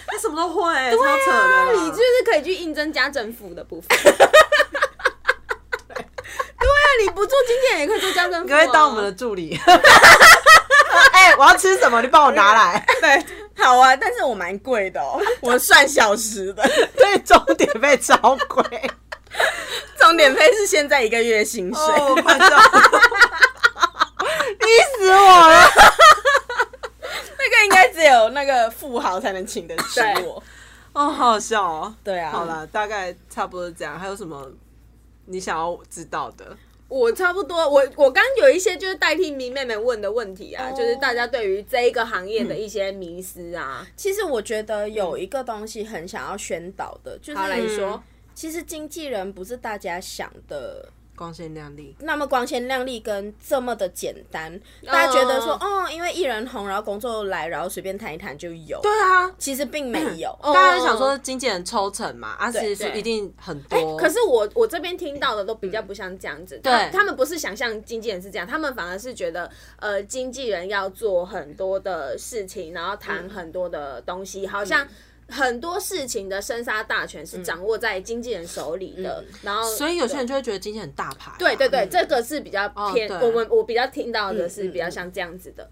A: 他什么都会欸，超扯的啦。
C: 啊你就是可以去应征家政妇的 部分。对啊，你不做经纪人也可以做家政
A: 你
C: 妇、
A: 可
C: 啊。
A: 以当我们的助理。 哎，我要吃什么？你帮我拿 来。
B: 对，好啊，但是我蛮贵的哦，我算小时的，
A: 对，终点被超鬼。
B: 重点费是现在一个月薪水。
A: 哦，快 笑死我！逼死我了。
B: 那个应该只有那个富豪才能请得起
C: 对
B: 我。
A: 哦，好好笑哦。
B: 对啊，
A: 好，啦，大概差不多是这样。还有什么你想要知道的？
C: 我差不多，我我刚有一些就是代替迷妹妹问的问题
A: 哦
C: 啊就是大家对于这一个行
A: 嗯
C: 业的一些迷思啊。
B: 其实我觉得有一个东西很想要宣导的，就是
C: 好来你说、
A: 嗯
B: 其实经纪人不是大家想的
A: 光鲜亮丽，
B: 那么光鲜亮丽跟这么的简单，大家觉得说，哦，因为艺人红，然后工作来，然后随便谈一谈就有。
A: 对啊，
B: 其实并没有。
A: 大家想说经纪人抽成嘛，啊，其实是
C: 对
A: 一定很多。
C: 可是我我这边听到的都比较不像这样子，对
A: 对
C: 他们不是想像经纪人是这样，他们反而是觉得呃经纪人要做很多的事情，然后谈很多的东西，好像。很多事情的生杀大权是掌握在经纪人手里的，然后
A: 所以有些人就会觉得经纪人很大牌啊、
C: 对对对，
A: 嗯
C: 这个是比较偏、
A: 对
C: 我们我比较听到的是比较像这样子的，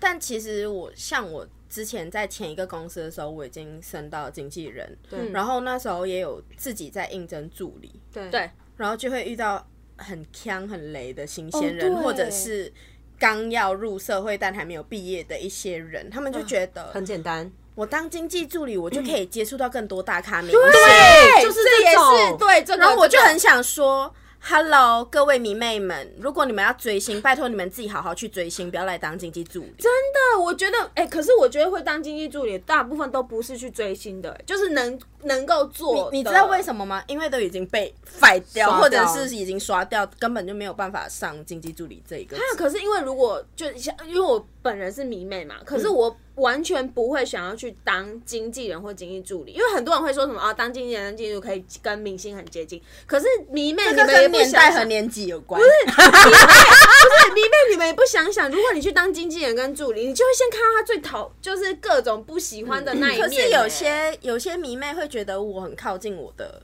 B: 但其实我像我之前在前一个公司的时候，我已经升到经纪人，
A: 嗯
B: 对然后那时候也有自己在应征助理，
A: 对
C: 对
B: 然后就会遇到很强很雷的新鲜人，
C: 哦对
B: 或者是刚要入社会但还没有毕业的一些人，他们就觉得
A: 很简单。
B: 我当经济助理，我就可以接触到更多大咖明星。
A: 对就是
C: 这也
A: 哎种
C: 是对这个，
B: 然后我就
C: 这个
B: 很想说。Hello，各位迷妹们，如果你们要追星，拜托你们自己好好去追星，不要来当经济助理。
C: 那我觉得，哎、可是我觉得会当经济助理，大部分都不是去追星的、就是能能够做
B: 你知道为
C: 么？
B: 什么吗？因为都已经被废掉，
A: 刷掉
B: 或者是已经刷掉，根本就没有办法上经济助理这一个职。
C: 那可是因为如果就像，因为我本人是迷妹嘛，可
B: 嗯
C: 是我完全不会想要去当经纪人或经济助理，因为很多人会说什么啊，当经纪人、经济助理可以跟明星很接近，可是迷妹你
B: 这
C: 们也
B: 跟
C: 不
B: 年
C: 想
B: 代
C: 想
B: 和年纪有关。不是，
C: 对，迷妹，你们也不想想，如果你去当经纪人跟助理，你就会先看到他最讨，就是各种不喜欢的那一
B: 嗯
C: 面、欸
B: 可是
A: 欸
B: 有些有些迷妹会觉得我很靠近我的，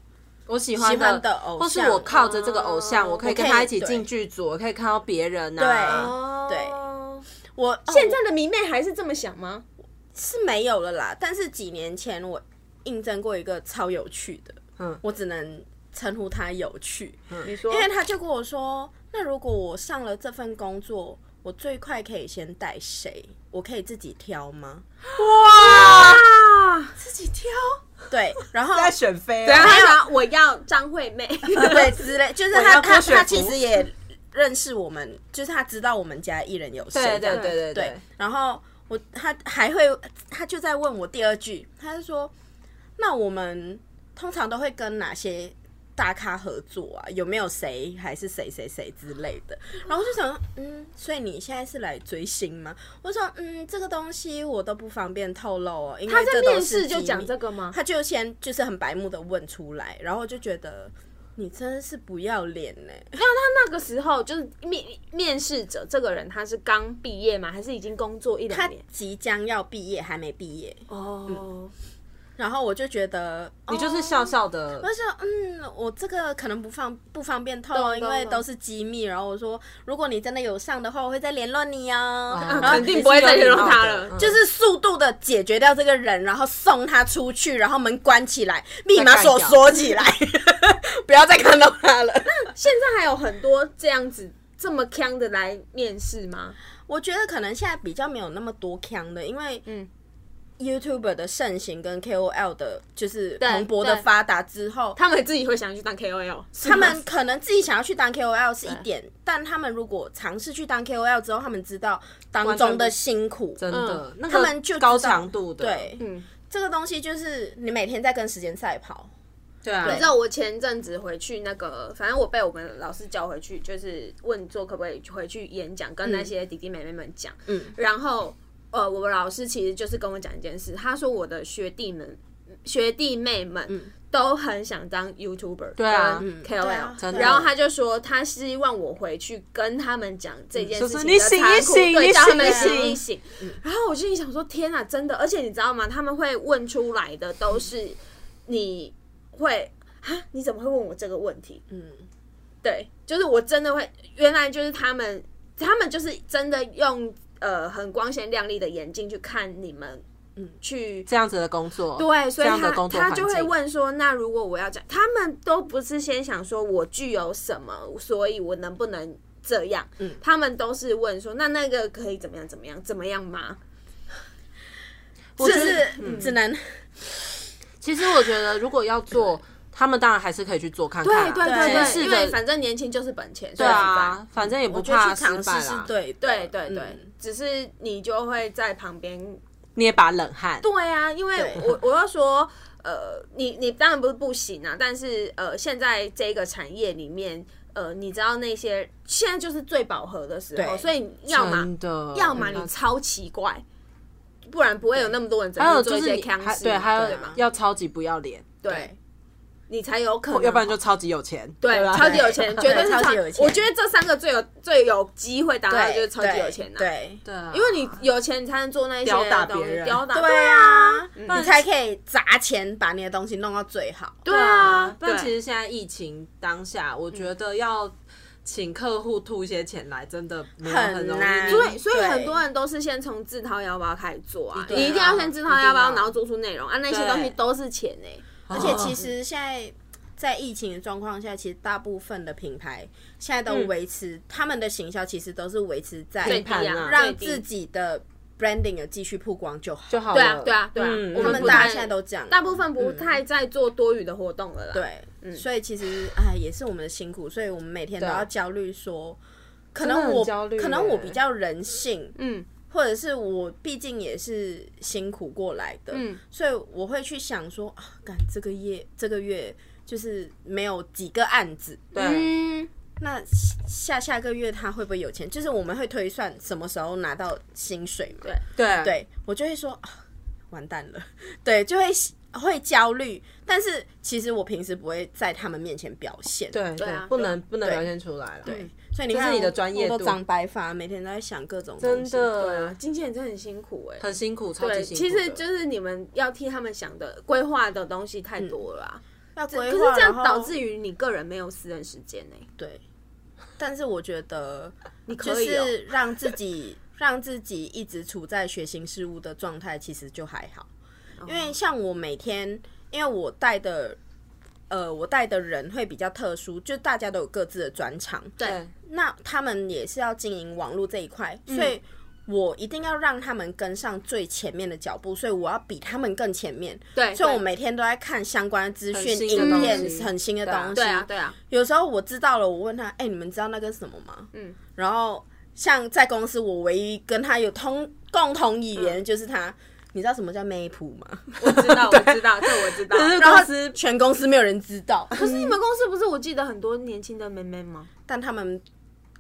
A: 我喜欢
B: 喜欢的偶像
A: 或是我靠着这个偶像，
C: 哦
A: 我可以
B: 我可
A: 跟
B: 以
A: 他一起进剧组，我可以看到别人啊。
C: 哦
B: 对我
C: 现
B: 哦
C: 在的迷妹还是这么想吗？
B: 是没有了啦。但是几年前我应征过一个超有趣的，
A: 嗯
B: 嗯，我只能称呼她有趣，
C: 你说
B: 因为她就跟我说，那如果我上了这份工作，我最快可以先带谁？我可以自己挑吗？
A: 哇，
C: 啊，
A: 自己挑，
B: 对，然 后呃
A: 在选妃
C: 然
A: 啊
C: 后。他说我要张惠 妹，
B: 对之类，就是
A: 我要
B: 他
A: 脱
B: 他
A: 雪
B: 他
A: 服
B: 其实也认识我们，就是他知道我们家艺人有谁
A: 对
B: 这样
A: 对对对
B: 啊对
A: 对，，
B: 然后我他还会，他就在问我第二句，他就说：“那我们通常都会跟哪些大咖合作啊，有没有谁还是谁谁谁之类的。然后我就想说，嗯，所以你现在是来追星吗？我想，嗯，这个东西我都不方便透露哦，因为
C: 他在
B: 这都
C: 面
B: 是
C: 试
B: 机
C: 就
B: 密
C: 讲这个吗？
B: 他就先就是很白目的问出来，然后我就觉得你真的是不要脸欸呢、
C: 那个时候就是面面试者这个人，他是刚毕业吗？还是已经工作一
B: 他
C: 两年？
B: 即将要毕业，还没毕业，
C: 哦，
B: 然后我就觉得
A: 你就是笑笑的，
B: 我就说，嗯，我这个可能不方不方便透露，
C: 懂
B: 因为
C: 懂
B: 都是机密。然后我说，如果你真的有上的话，我会再联络你哦。然后
A: 肯定不会再联络他了，嗯
B: 就是是速度的解决掉这个人，然后送他出去，然后门关起来，密码锁锁起 来，不要再看到他了。
A: 嗯
C: 现在还有很多这样子这么坑的来面试吗？
B: 我觉得可能现在比较没有那么多腔的，因为
C: 嗯
B: YouTuber 的盛行跟 KOL 的，就是
C: 对
B: 蓬勃的
C: 对
B: 发达之后，
C: 他们自己会想去当 KOL，是吗
B: 他们可能自己想要去当 KOL 是一点，但他们如果尝试去当 KOL 之后，他们知道当中的辛苦。
A: 真的
C: 嗯，
A: 那个
B: 他们就知道
A: 高强度的，
B: 对，
C: 嗯，
B: 这个东西就是你每天在跟时间赛跑。
A: 对啊
C: 你知道我前阵子回去那个，反正我被我们老师叫回去，就是问说可不可以回去演讲，跟那些弟弟妹妹们讲。嗯，然后呃，我们老师其实就是跟我讲一件事，他说我的学弟们、学弟妹们。都很想当 YouTuber，对
A: 啊嗯
C: ，KOL，、
B: 对啊真
A: 的
C: 然后他就说他希望我回去跟他们讲这件事
A: 就
C: 情的
A: 是你醒一
C: 残酷
A: 醒
C: 对，
A: 你
C: 叫他们
A: 醒一
C: 醒一醒。嗯然后我心里想说，天啊，真的！而且你知道吗？他们会问出来的都是你会啊，你怎么会问我这个问题？
B: 嗯，
C: 对，就是我真的会，原来就是他们，他们就是真的用呃很光鲜亮丽的眼睛去看你们，嗯，去
A: 这样子的工作，
C: 对，所以
A: 这样的
C: 他
A: 工作
C: 他
A: 环
C: 就
A: 境
C: 会问说，那如果我要讲，他们都不是先想说我具有什么，所以我能不能这样，嗯，他们都是问说，那那个可以怎么样怎么样怎么样吗？
B: 只是
C: 嗯
B: 只能
A: 其实我觉得，如果要做，他们当然还是可以去做看看、
C: 对
A: 啊。
C: 对
B: 对
A: 其实
C: 对，
A: 是
C: 因
A: 的
C: 为反正年轻就是本钱，
A: 对
C: 对
A: 啊，反正也不
B: 我觉得
A: 怕
B: 去
A: 失
B: 尝
A: 败
B: 试是
A: 啦，
B: 对的
C: 对对对，
B: 嗯
C: 只是你就会在旁边。
A: 捏把冷汗。
C: 对啊，因为我我要说，呃，你你当然不是不行啊，但是呃，现在这个产业里面，呃，你知道那些现在就是最饱和的时候，
B: 对
C: 所以要么
A: 真的，
C: 要么你超奇怪，不然不会有那么多人整
A: 还有
C: 天
A: 就
C: 做一
A: 是
C: 些
A: 你
C: 腔
A: 还
C: 事
A: 对，
C: 嘛，
A: 还
C: 对
A: 有
C: 吗？
A: 要超级不要脸，
C: 对，你才有可能，
A: 要不然就超级有钱。
C: 对，
A: 吧
C: 超级 有钱，绝对
B: 对
C: 是
B: 超级有钱
C: 我觉得这三个最有最有机会达到的
B: 对，
C: 就是超级有钱的、
B: 对
A: 对啊，
C: 因为你有钱，你才能做那些
A: 吊打
C: 东西
A: 别人
C: 吊打
B: 对对啊，
C: 嗯
A: 不然
B: 你才可以砸钱把你的东西弄到最好。
C: 对啊，
A: 但其
C: 对嗯
A: 实现在疫情当下，我觉得要请客户吐一些钱来，真的没有
B: 很
A: 容
B: 难
A: 易。
C: 所以，所以
B: 对
C: 很多人都是先从自掏腰包开始做啊，
A: 对啊
C: 你一定要先自掏腰
A: 一定
C: 包，
A: 要
C: 然后做出内容啊，那些
A: 对
C: 东西都是钱哎、
A: 而
B: 而且其实现在在疫情的状况下，其实大部分的品牌现在都维持、他们的行销，其实都是维持
C: 嗯最
B: 在
C: 低啊，
B: 让
C: 最低
B: 自己的 branding 有继续曝光就好。
A: 就好了。
C: 对啊，对啊，对啊，
A: 哦嗯
B: 他
C: 我们
B: 们
C: 不
B: 大家
C: 太
B: 现在都这样，
C: 大部分不太在做多余的活动了啦。，
B: 对，嗯所以其实哎也是我们的辛苦，所以我们每天
A: 嗯
B: 都
A: 对啊
B: 要焦虑说。可
A: 真的
B: 能
A: 很
B: 我
A: 焦虑
B: 可能我
A: 耶
B: 比较人性，
C: 嗯，
B: 或者是我毕竟也是辛苦过来的，
C: 嗯
B: 所以我会去想说啊，干这个月这个月就是没有几个案子，
A: 对，啊
C: 嗯，
B: 那下下个月他会不会有钱？就是我们会推算什么时候拿到薪水嘛？
C: 对
A: 对，
B: 对我就会说、啊完蛋了， 对，就会会焦虑。但是其实我平时不会在他们面前表现，
A: 对，
C: 对啊
A: 不能不能表现出来了。对，
B: 所以你
A: 这是
B: 看
A: 你的
B: 我
A: 专业
B: 我
A: 度
B: 都长白发，每天都在想各种
A: 真
B: 东西
C: 对啊
A: 的，
C: 经纪人真的很辛苦哎、
A: 很辛苦，超级
C: 对，
A: 辛苦的。
C: 其实就是你们要替他们想的规划的东西太多了、啊
B: 要嗯规
C: 可
B: 划，
C: 是这
B: 然
C: 样
B: 后
C: 导致于你个人没有私人时间欸呢、
B: 对。但是我觉得
C: 你可
B: 就
C: 以、哦，
B: 是让自己让自己一直处在学习事物的状态，其实就还好。
C: 哦
B: 因为像我每天，因为我带的呃，我带的人会比较特殊，就大家都有各自的专长。
A: 对
B: 那他们也是要经营网络这一块，
C: 嗯
B: 所以我一定要让他们跟上最前面的脚步，所以我要比他们更前面。
C: 对，
B: 所以我
C: 对
B: 每天都在看相关的资
A: 很
B: 讯、
A: 新的
B: 影
A: 东西
B: 片，很新的东西。
C: 对啊，对啊，
B: 有时候我知道了，我问他，哎、你们知道那个是什么吗？
C: 嗯，
B: 然后像在公司，我唯一跟他有通共同语言就是他，你知道什么叫 Map 吗？
C: 嗯我知 道，我知道，这我知道。嗯
A: 可是
B: 然
A: 公
B: 后
A: 司
B: 全公司没有人知道，
C: 可是你们公司不是我记得很多年轻的妹妹吗？
B: 但他们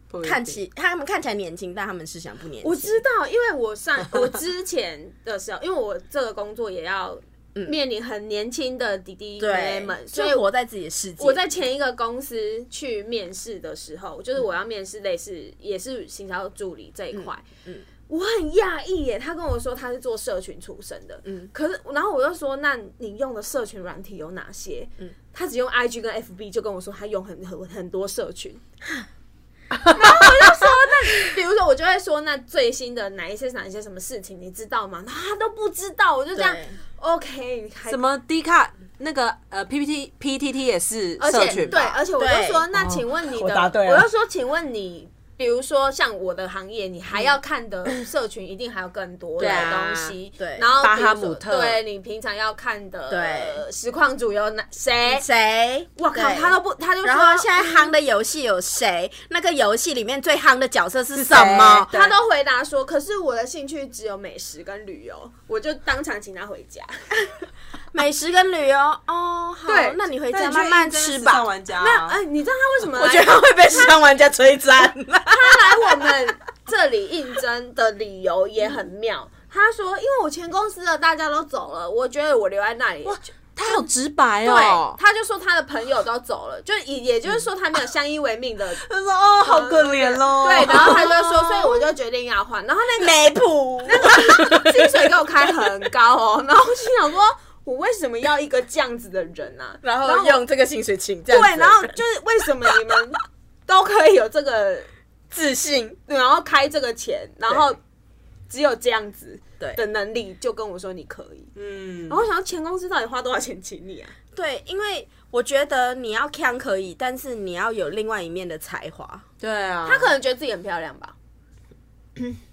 A: 不一定
B: 看起他们看起来年轻，但他们思想不年轻。
C: 我知道，因为我上我之前的时候，因为我这个工作也要面临很年轻的弟弟妹
B: 嗯
C: 妹
B: 对
C: 们，，所
B: 所
C: 以
B: 以活在自己的世界。
C: 我在前一个公司去面试的时候，就是我要面试类似也是行销助理这一块、嗯，我很讶异耶，他跟我说他是做社群出身的，嗯，可是然后我就说，那你用的社群软体有哪些？嗯，他只用 IG 跟 FB 就跟我说他用很很很多社群。然后我就说，那你比如说，我就会说，那最新的哪一些哪一些什么事情你知道吗？然后他都不知道，我就这样
B: 对
C: ，OK，还
A: 什么 D 卡那个呃 PPT PTT 也是
C: 而
A: 社
C: 且
A: 群
C: 对，
A: 吧哦
C: 而且我就
B: 对
C: 说，那请问你的，
A: 我答对了
C: 我就说，请问你，比如说像我的行业，你还要看的社群，一定还有更多的
B: 对啊
C: 东西。
B: 对
C: 然后
A: 巴
C: 比如
A: 哈
C: 说
A: 姆特
C: 对你平常要看的，
B: 对
C: 实况主有哪谁？
B: 谁？
C: 我哎靠，
B: 对
C: 他都不，他就
B: 然后
C: 说嗯
B: 现在夯的游戏有谁？那个游戏里面最夯的角色是什么？
C: 他都回答说，可是我的兴趣只有美食跟旅游，我就当场请他回家。
B: 美食跟旅游哦，好
C: 对，
B: 那你回
A: 那
B: 家
A: 你去
B: 慢慢
A: 应征
B: 吃
A: 时
B: 吧
A: 尚。玩家
C: 那
A: 啊，
C: 哎，你知道他为什么来？
B: 我觉得 他会被时尚玩家摧残。
C: 他来我们这里应征的理由也很妙。他说：“因为我前公司的大家都走了，我觉得我留在那里。”
A: 他好直白
C: 对
A: 哦，。
C: 他就说他的朋友都走了，就也也就是说他没有相依为命的。
A: 他说哦，好可怜哦。
C: 对，然后他就说，所以我就决定要换。然后那
B: 没谱，
C: 个薪水给我开很高哦，然后我心想说，我为什么要一个这样子的人啊？
B: 然
C: 然后
B: 后
C: 我
B: 用这个薪水请这样子
C: 对，然后就是为什么你们都可以有这个，
B: 自信，
C: 然后开这个钱，然后只有这样子
B: 对
C: 的能力，就跟我说你可以。
A: 嗯
C: 然，后我想，前公司到底花多少钱请你啊？
B: 对，因为我觉得你要强可以，但是你要有另外一面的才华。
A: 对啊，
C: 他可能觉得自己很漂亮吧，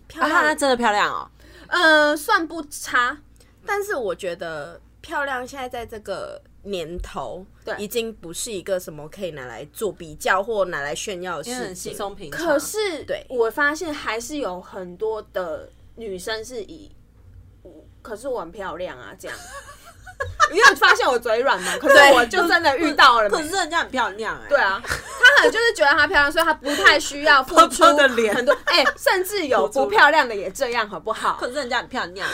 B: 漂
A: 啊，她
B: 亮，
A: 真的漂亮哦。
C: 呃，算不差，
B: 但是我觉得漂亮现在在这个年头，
C: 对
B: 已经不是一个什么可以拿来做比较或拿来炫耀的
A: 也
B: 事
A: 很稀
B: 情。
A: 松平常。
C: 可是，
B: 对
C: 我发现还是有很多的女生是以，可是我很漂亮啊，这样。 你有发现我嘴软 吗？可是
B: 对
C: 我就真的遇到了没。
A: 可是人家很漂亮哎、
C: 对啊，她可能就是觉得她漂亮，所以她不太需要付 出
A: 婆婆的脸
C: 很多。哎、甚至有不漂亮的也这样，好不好
A: 可？是人家很漂亮，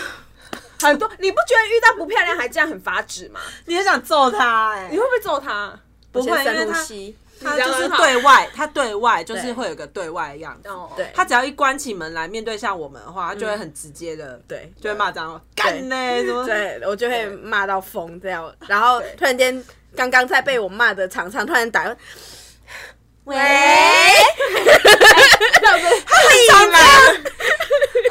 C: 很多，你不觉得遇到不漂亮还这样很发指吗？
A: 你很想揍他哎、
C: 你会不会揍她？
A: 不
B: 先
A: 会，因为
B: 深呼
A: 他
B: 吸，
A: 他
C: 欸你这
A: 就
C: 样
A: 是
C: 很好
A: 对外，他对外就是
B: 对
A: 会有个对外的样子。
C: 哦，
B: 对
A: 他只要一关起门来面对像我们的话，他就会很直接
C: 嗯
A: 的，
B: 对
A: 就会骂脏话，干呢什么？
B: 对我就会骂到疯这样，然后突然间，刚刚在被我骂的厂商突然打，
A: 喂，
B: 哎
A: 他很常这 样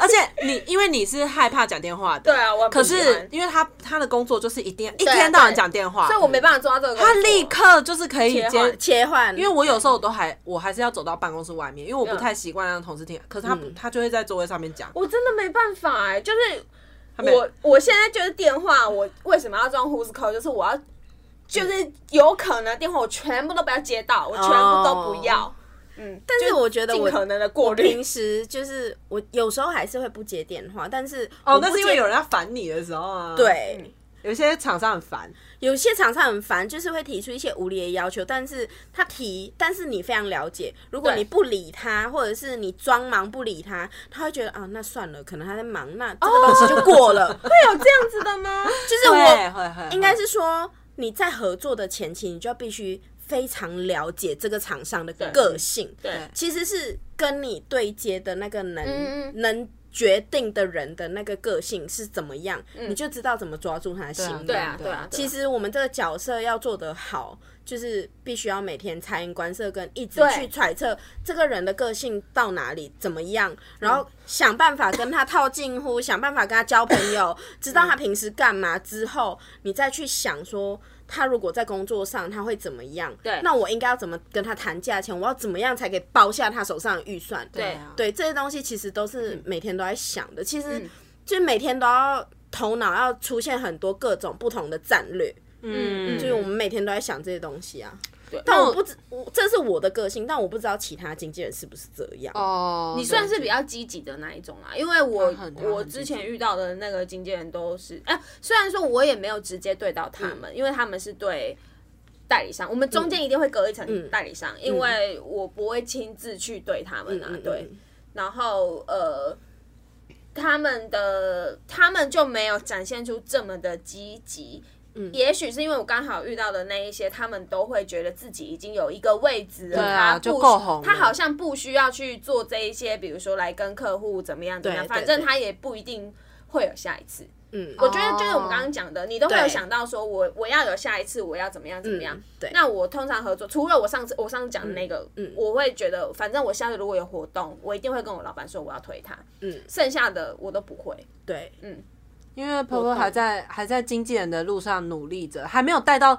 A: 而且你因为你是害怕讲电话的，
C: 对啊，我很不
A: 可
C: 喜欢
A: 是因为他他的工作就是一定要一
C: 啊
A: 天到晚讲电话，
C: 所以我没办法做到这个工作。
A: 他立刻就是可以
C: 切
A: 接
C: 换
B: 切换，
A: 因为我有时候我都还我还是要走到办公室外面，因为我不
C: 嗯
A: 太习惯让同事听。可是他不，他就会在座位上面讲，
C: 我真的没办法哎、就是
A: 没
C: 我我现在就是电话，我为什么要装 Who's Call？就是我要，就是有可能电话我全部都不要接到，我全部都不要。嗯，但
B: 但是我觉得
C: 尽
B: 我
C: 可能的 过滤
B: 平。时就是我有时候还是会不接电话，但是
A: 哦
B: 我，不
A: 那是因为
B: 接
A: 有人要烦你的时候啊。，
B: 对，
A: 有些厂商很烦，
B: 有些厂商很烦，就是会提出一些无理的要求，但是他提，但是你非常了解，如果
C: 对
B: 你不理他，或者是你装忙不理他，他会觉得啊，那算了，可能他在忙，那这个东西就过了。
C: 会有这样子的 吗？
B: 就是
A: 会
B: 我
A: 会会，
B: 应该是说你在合作的前期，你就要必须非常了解这个厂商的个性，
C: 对，
B: 其实是跟你对接的那个能、
C: 嗯嗯
B: 能决定的人的那个个性是怎么样，你就知道怎么抓住他的心。
A: 啊
C: 嗯对啊，对
A: 对
C: 啊
A: 啊。
C: 对
B: 其
C: 啊
B: 实我们这个角色要做得好，就是必须要每天察言观色，跟一直
C: 对
B: 去揣测这个人的个性到哪里怎么
C: 嗯
B: 样，然后想办法跟他套近乎，想办法跟他交朋友，知道他平时干嘛之后，你再去想说。他如果在工作上他会怎么样？
C: 对
B: 那我应该要怎么跟他谈价钱？我要怎么样才可以包下他手上的预算？
C: 对嗯
A: 啊
B: 对这些东西其实都是每天都在想的，其实就每天都要头脑要出现很多各种不同的战略，
A: 嗯
B: 就是我们每天都在想这些东西啊。但我不知，我这是我的个性，但我不知道其他经纪人是不是这样。
A: 哦，你
C: 算是比较积极的那一种啦，因为我
A: 他很他很
C: 我之前遇到的那个经纪人都是，哎、虽然说我也没有直接对到他们，因为他们是对代理商，我们中间一定会隔一层代理商，因为我不会亲自去对他们啊，
B: 嗯嗯
C: 对，然后呃，他们的他们就没有展现出这么的积极。也许是因为我刚好遇到的那一些，他们都会觉得自己已经有一个位置了，
A: 对啊
C: 他不
A: 就够红了
C: 他好像不需要去做这一些，比如说来跟客户怎么样怎么样，
B: 对对
C: 反正他也不一定会有下一次。
B: 嗯，
C: 我觉得就是我们刚刚讲的，你都会
B: 对
C: 有想到说我我要有下一次，我要怎么样怎么样
B: 嗯。对
C: 那我通常合作，除了我上次我上次
B: 嗯
C: 讲的那个，我会觉得反正我下次如果有活动，我一定会跟我老板说我要推他。
B: 嗯
C: 剩下的我都不会。
B: 对，
C: 嗯
A: 因为婆婆还在还在经纪人的路上努力着，还没有带到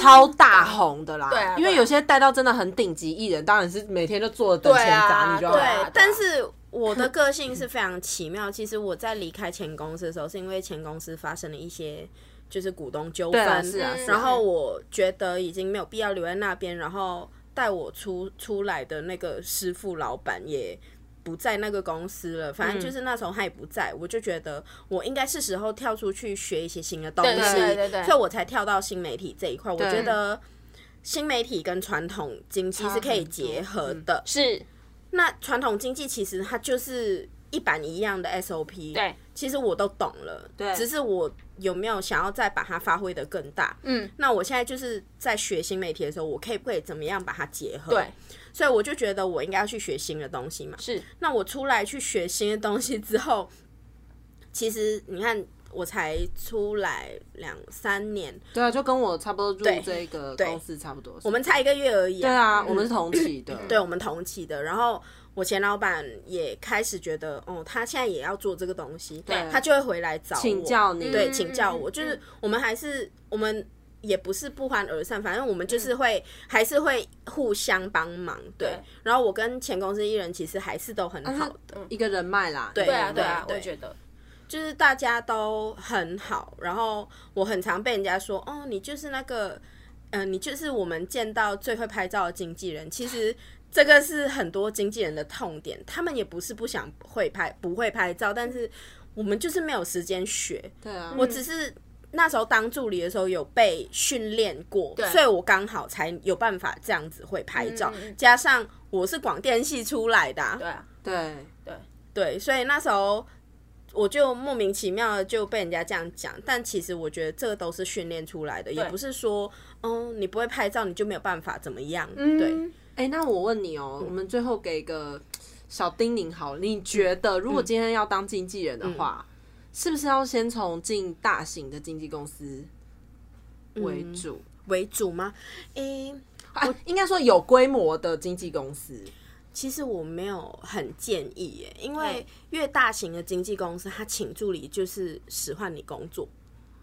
A: 超大红的啦。
C: 对啊
A: 因为
C: 对啊
A: 有些带到真的很顶级艺人，当然是每天就坐着等钱砸你就好
C: 对
A: 了。
C: 啊
B: 对，但是我的个性是非常奇妙。 其实我在离开前公司的时候，是因为前公司发生了一些就是股东纠
A: 对啊
B: 纷，
A: 是啊
C: 是啊
B: 然后我觉得已经没有必要留在那边，然后带我出出来的那个师傅老板也。不在那个公司了，反正就是那时候他也不在，我就觉得我应该是时候跳出去学一些新的东西，
C: 对对对对
B: 所以我才跳到新媒体这一块。我觉得新媒体跟传统经济是可以结合
C: 嗯
B: 的，
E: 是
B: 那啊传统经济其实它就是一板一样的 SOP，
C: 对，
B: 其实我都懂了，对只是我有没有想要再把它发挥的更大？嗯，那我现在就是在学新媒体的时候，我可以不可以怎么样把它结合？
C: 对，
B: 所以我就觉得我应该要去学新的东西嘛。
E: 是，
B: 那我出来去学新的东西之后，其实你看我才出来两三年，
A: 对啊，就跟我差不多入
B: 对
A: 这个
B: 对
A: 公司差不多。
B: 我们才一个月而已、啊。
A: 对啊，我们是同期的。
B: 对我们同期的。然后我前老板也开始觉得，哦，他现在也要做这个东西，
A: 对
B: 他就会回来找我
A: 请教你
B: 对，
A: 嗯
B: 请教我。就是我们还是我们也不是不欢而散，反正我
A: 嗯
B: 们就是会、还是会互相帮忙。对，
C: 对
B: 然后我跟前公司艺人其实还是都
A: 嗯
B: 很好的，
A: 一个人脉啦。对
C: 对啊，对啊，
B: 对
C: 我觉得
B: 就是大家都很好。然后我很常被人家说，哦，你就是那个。嗯、你就是我们见到最会拍照的经纪人。其实这个是很多经纪人的痛点，他们也不是不想会拍，不会拍照，但是我们就是没有时间学。
A: 对啊，
B: 我只是那时候当助理的时候有被训练过，所以我刚好才有办法这样子会拍照，
C: 嗯嗯嗯
B: 加上我是广电系出来的啊、
C: 对啊，
A: 对
B: 对，所以那时候我就莫名其妙的就被人家这样讲，但其实我觉得这个都是训练出来的，也不是说，嗯，你不会拍照你就没有办法怎么样，
C: 嗯
B: 对，
A: 哎、那我问你哦、我们最后给一个小叮咛好了，你觉得如果今天要当经纪人的话，是不是要先从进大型的经纪公司为主？
B: 为主吗？诶、
A: 啊，应该说有规模的经纪公司，
B: 其实我没有很建议耶，因为越大型的经纪公司，他请助理就是使唤你工作，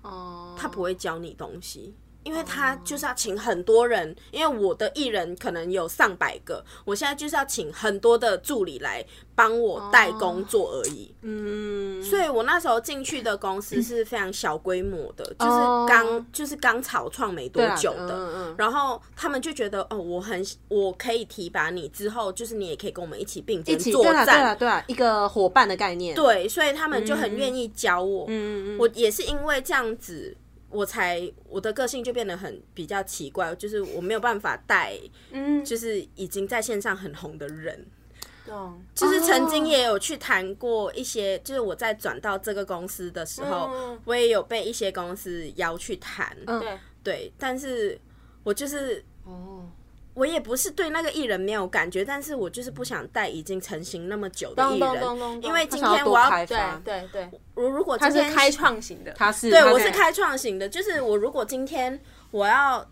A: 哦，
B: 他不会教你东西，因为他就是要请很多人，因为我的艺人可能有上百个，我现在就是要请很多的助理来帮我带工作而已。
A: 嗯，
B: 所以我那时候进去的公司是非常小规模 的，就是
A: 哦
B: 刚就是刚草创没多
A: 对啊
B: 久
A: 嗯
B: 的，
A: 嗯嗯
B: 然后他们就觉得哦，我很我可以提拔你，之后就是你也可以跟我们一起并
A: 一
B: 肩
A: 起
B: 作
A: 对啊啦对啦
B: 战。
A: 对啦，一个伙伴的概念，对，
B: 对，所以他们就很愿意教我。
A: 嗯嗯，
B: 我也是因为这样子，我才我的个性就变得很比较奇怪，就是我没有办法带，
C: 嗯，
B: 就是已经在线上很红的人。
C: 懂，
B: 就是曾
C: 哦
B: 经也有去谈过一些，就是我在转到这个公司的时候，
C: 嗯
B: 我也有被一些公司邀去谈，
A: 嗯
C: 对，
B: 对，但是我就是
A: 哦，
B: 我也不是对那个艺人没有感觉，但是我就是不想带已经成型那么久的艺
C: 咚咚咚
B: 人，
C: 咚，
B: 因为
A: 他
B: 今
A: 想
B: 天
A: 要多
B: 我要
A: 开发，
C: 对对对，
B: 如如果
C: 它
B: 今
C: 是
B: 天
C: 开创型的，
A: 他是
B: 对
A: 他
B: 我是开创型的，就是我如果今天我要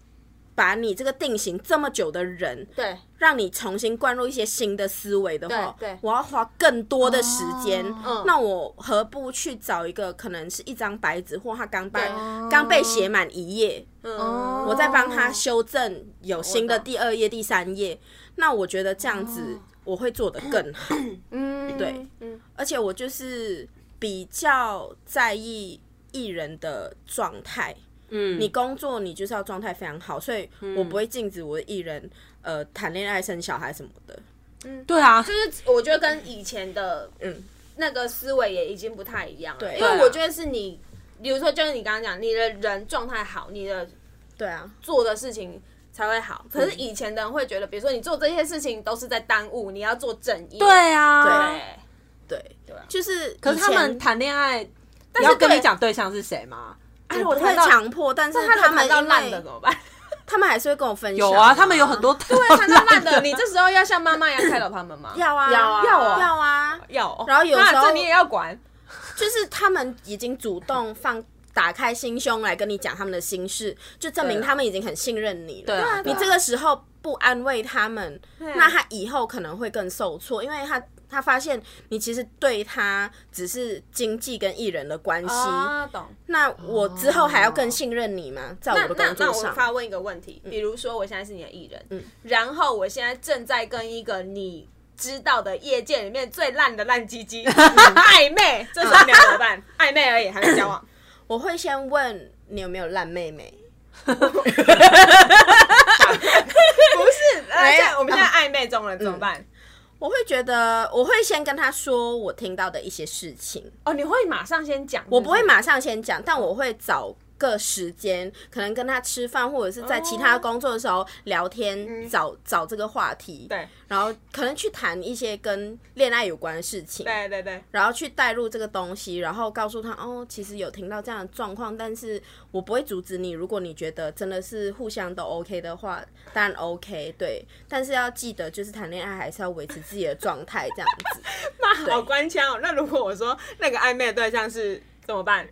B: 把你这个定型这么久的人，
C: 对
B: 让你重新灌入一些新的思维的话，
C: 对对
B: 我要花更多的时间。
C: 嗯
B: 那我何不去找一个可能是一张白纸，或他刚搬刚被写满一页，
C: 嗯
B: 我再帮他修正有新的第二页、第三页。那我觉得这样
C: 哦
B: 子我会做得更 好，
C: 嗯，
B: 对
C: 嗯，
B: 而且我就是比较在意艺人的状态。嗯，你工作你就是要状态非常好，所以
C: 嗯
B: 我不会禁止我的艺人呃谈恋爱、生小孩什么的。
A: 对啊，
C: 就是我觉得跟以前的
B: 嗯，
C: 那个思维也已经不太一样了，
B: 对啊
C: 因为我觉得是你，比如说就是你刚刚讲，你的人状态好，你的
B: 对啊，
C: 做的事情才会好。可是以前的人会觉得，比如说你做这些事情都是在耽误，你要做正义。哎
A: 对啊，
C: 对，
B: 对，
C: 对啊
B: 就是
A: 可是他
B: 以前
A: 们谈恋爱，你要跟
C: 对
A: 你讲对象是谁吗？
C: 哎，
B: 我
C: 我
B: 不
C: 谈
B: 会
C: 到，
B: 强迫，但是
C: 那他
B: 们
C: 谈到
B: 因
C: 烂的
B: 为
C: 怎么办？
B: 他们还是会跟我分享。
A: 有啊，他们有很多对
C: 谈到烂的，你这时候要像妈妈一样开导他们吗？
B: 要啊
C: 要啊
B: 要要啊，
C: 要哦。
B: 然后有
C: 那
B: 时候
C: 这你也要管，
B: 就是他们已经主动放打开心胸来跟你讲他们的心事，就证明
A: 对啊
B: 他们已经很信任你了。
A: 对啊对啊
B: 你这个时候不安慰他们，那他以后可能会更受挫，因为他。他发现你其实对他只是经济跟艺人的关系，
C: 啊，懂。
B: 那我之后还要更信任你吗？在
C: 那
B: 我的
C: 那
B: 工
C: 那
B: 作
C: 我
B: 上，嗯
C: 发问一个问题，比如说我现在是你的艺人，嗯然后我现在正在跟一个你知道的业界里面最烂的烂鸡 鸡暧昧，这时候你要怎么 办？暧昧而已，还没交往。
B: 我会先问你有没有烂妹妹，
C: 呃，现在我们现在暧昧中了，
B: 嗯
C: 怎么办？
B: 我会觉得我会先跟他说我听到的一些事情，
C: 哦，你会马上先讲，
B: 我不会
C: 是是
B: 马上先讲，但我会找个时间，可能跟他吃饭，或者是在其
C: 哦
B: 他工作的时候聊天，找找这个话题，
C: 嗯对
B: 然后可能去谈一些跟恋爱有关的事情，
C: 对对对，
B: 然后去带入这个东西，然后告诉他哦，其实有听到这样的状况，但是我不会阻止你。如果你觉得真的是互相都 OK 的话，当然 OK，对。但是要记得，就是谈恋爱还是要维持自己的状态，这样子。
C: 那好官腔哦。那如果我说那个暧昧的对象是怎么办？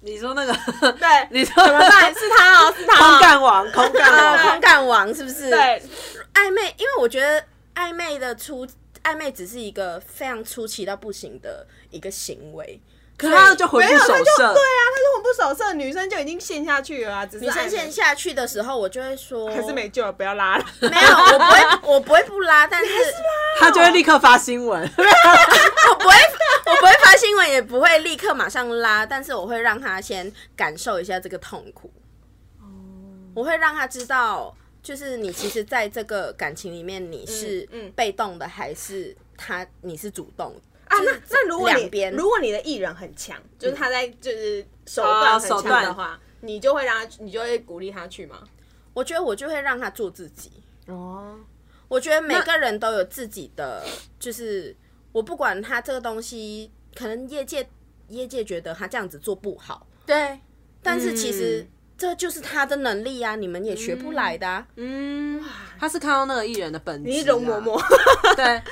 A: 你说那个，
C: 对，
A: 你说怎么
C: 办 是他哦，是他
A: 空
C: 哦。
A: 干王，空
B: 啊，
A: 干王
B: 空，干王是不是？
C: 对，
B: 暧昧，因为我觉得暧昧的初暧昧只是一个非常出奇到不行的一个行为。
A: 可是他就回不手射，
C: 对啊，他如果不守色，女生就已经陷下去了啊，只是
B: 女生
C: 暧昧
B: 陷下去哦的时候，我就会说，
C: 还是没救了，不要拉了。
B: 没有，我不会， 我不会不拉，但是
A: 他就会立刻发新闻。
B: 我不会，我不会发新闻，也不会立刻马上拉，但是我会让他先感受一下这个痛苦。
C: 哦
B: 我会让他知道，就是你其实在这个感情里面，你是
C: 嗯嗯
B: 被动的，还是他你是主动的？
C: 啊，那那如果
B: 两
C: 你
B: 边
C: 如果你的艺人很强，就是他在就是手段
A: 哦
C: 很
A: 手
C: 强
A: 段
C: 的话，你就会让他，你就会鼓励他去吗？
B: 我觉得我就会让他做自己。
C: 哦，
B: 我觉得每个人都有自己的，就是我不管他这个东西，可能业界业界觉得他这样子做不好，
C: 对，
B: 但是其实
A: 嗯
B: 这就是他的能力啊，你们也学不来的、啊。
A: 嗯，他是看到那个艺人的本质、啊，
C: 你容嬷嬷，
A: 对。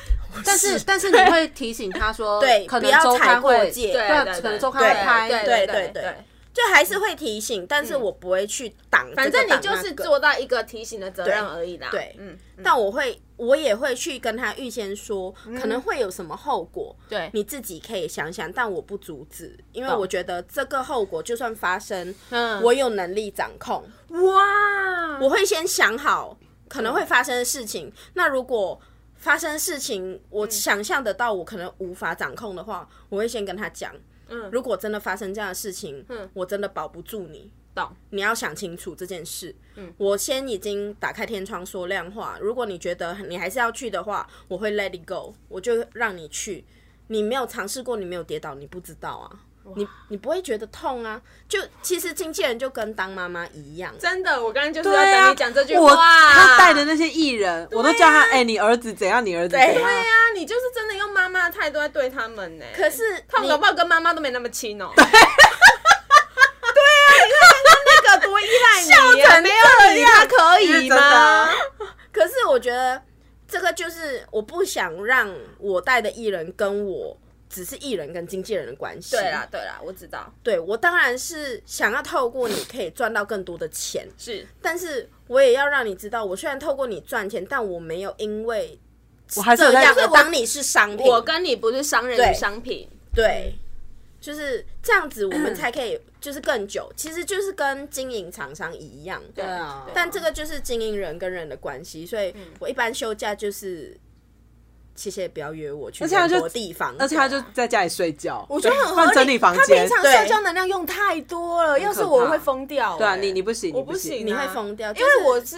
A: 但是但是你会提醒他 说，
B: 对
A: 可
B: 不要
A: 能周
B: 踩
A: 刊
B: 过
A: 会，
B: 界
A: 对
C: 对对
A: 啊，
C: 对
A: 可能周刊会拍，
C: 对
B: 对对
C: 对对
B: 对，就还是会提醒，但是我不会去挡这个、
C: 嗯反正你就
B: 挡那
C: 是
B: 个
C: 做到一个提醒的责任而已啦。
B: 对
C: 嗯，嗯
B: 但我会，我也会去跟他预先说，可能会有什么后果，
C: 对
B: 你自己可以想想，但我不阻止，因为我觉得这个后果就算发生，
C: 嗯
B: 我有能力掌控，
C: 哇，
B: 我会先想好可能会发生的事情。那如果发生事情，我想象得到，我可能无法掌控的话，我会先跟他讲。嗯，如果真的发生这样的事情，嗯，我真的保不住你。
C: 懂，
B: 你要想清楚这件事。嗯，我先已经打开天窗说亮话，如果你觉得你还是要去的话，我会 let it go，我就让你去。你没有尝试过，你没有跌倒，你不知道啊。你你不会觉得痛啊？就其实经纪人就跟当妈妈一样，
C: 真的，我刚刚就是
A: 对
C: 要等
A: 啊
C: 你讲这句
A: 我
C: 话。啊
A: 他带的那些艺人，我都叫他，哎，你儿子怎样，你儿子怎
B: 对
A: 样，
C: 对啊，你就是真的用妈妈的态度在对他们呢。
B: 可是
C: 他
B: 你
C: 们搞不好跟妈妈都没那么亲哦。对啊，啊你看他那个多依赖你啊，没有你他可以吗？
A: 啊
B: 可是我觉得这个就是我不想让我带的艺人跟我只是艺人跟经纪人的关系。
C: 对啦，，对啦，我知道，
B: 对我当然是想要透过你可以赚到更多的钱，
C: 是
B: 但是我也要让你知道，我虽然透过你赚钱，但我没有因为
A: 我还是有
B: 这
A: 在
B: 样而当你是商品。
C: 我跟你不是商人
B: 对
C: 与商品，
B: 对，就是这样子，我们才可以就是更久。其实就是跟经营厂商一样，
A: 对啊，
C: 嗯
B: 但这个就是经营人跟人的关系，所以我一般休假就是谢谢不要约我去
A: 而且他
B: 很
A: 就
B: 多地方，
A: 而且他就在家里睡觉，我
C: 我觉得很合
A: 换
C: 理。
A: 整理房
C: 哦他
A: 间
C: 平，常
B: 对
C: 社交能量用太多了，要是我会疯掉、欸
A: 对啊，你你不行，
C: 我
A: 不
C: 不行啊
A: 行，
B: 你会疯掉，
C: 因为我是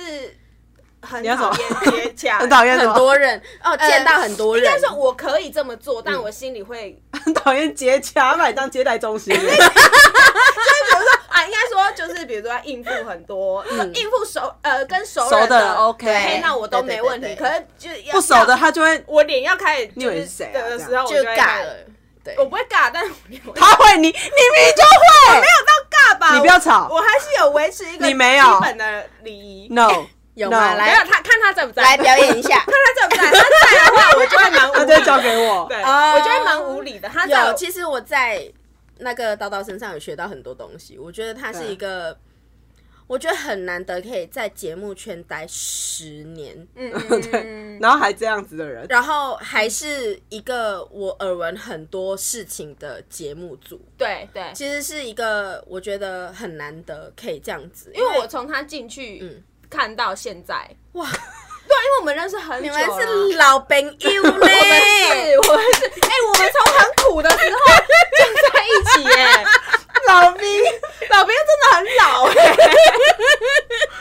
C: 很
A: 要
C: 讨
A: 什
C: 厌
A: 么
C: 接洽，
A: 很讨厌什
B: 很
A: 么，
B: 多人哦，见
C: 嗯
B: 到很多人，
C: 但是我可以这么做，但我心里会，
A: 很 讨厌接洽，买当接待 中心，
C: 哎啊，应该说就是比如说要应付很多，应付熟呃跟熟人
A: 熟的
C: 的
A: 人 OK
C: 嘿那我都没问题。
B: 对对
C: 可是就是要
A: 不熟的，他就会
C: 我脸要开始，
A: 你
C: 就
A: 以为是
C: 是
A: 谁啊
C: 的
A: 这样
C: 时候我
B: 就
C: 会开
B: 尬
C: 始
B: 了，对，
C: 我不会尬，但是我 脸会
A: 他会你，你明明就
C: 哎
A: 会，
C: 尬吧，
A: 你
C: 我
A: 不要吵
C: 我还是有维持一个
A: 你没有
C: 基本的礼仪。
A: no
B: 有
A: no，
B: 吗？
C: 没有
B: 来
C: 他看他在不在，
B: 来
C: 看
B: 表演一 下，
C: 他在不在，他在的话我就会蛮
A: 他
C: 无
A: 就会
C: 理，
A: 交给我，
C: 对，
B: 哦
C: 我觉得蛮无理的。他在
B: 有，其实我在那个叨叨身上有学到很多东西，我觉得他是一个，我觉得很难得可以在节目圈待十年，
C: 嗯嗯 嗯
A: 然后还这样子的人，
B: 然后还是一个我耳闻很多事情的节目组，
C: 对对，
B: 其实是一个我觉得很难得可以这样子，
C: 因为我从他进去
B: 嗯
C: 看到现在，
B: 哇，
C: 对，因为我们认识很
B: 你
C: 久了，啊
B: 们是老朋友
C: 我们
B: 嘞，
C: 是，我们是，哎、我们从很苦的时候就在一起耶、
A: 老兵
C: 老兵真的很老哎、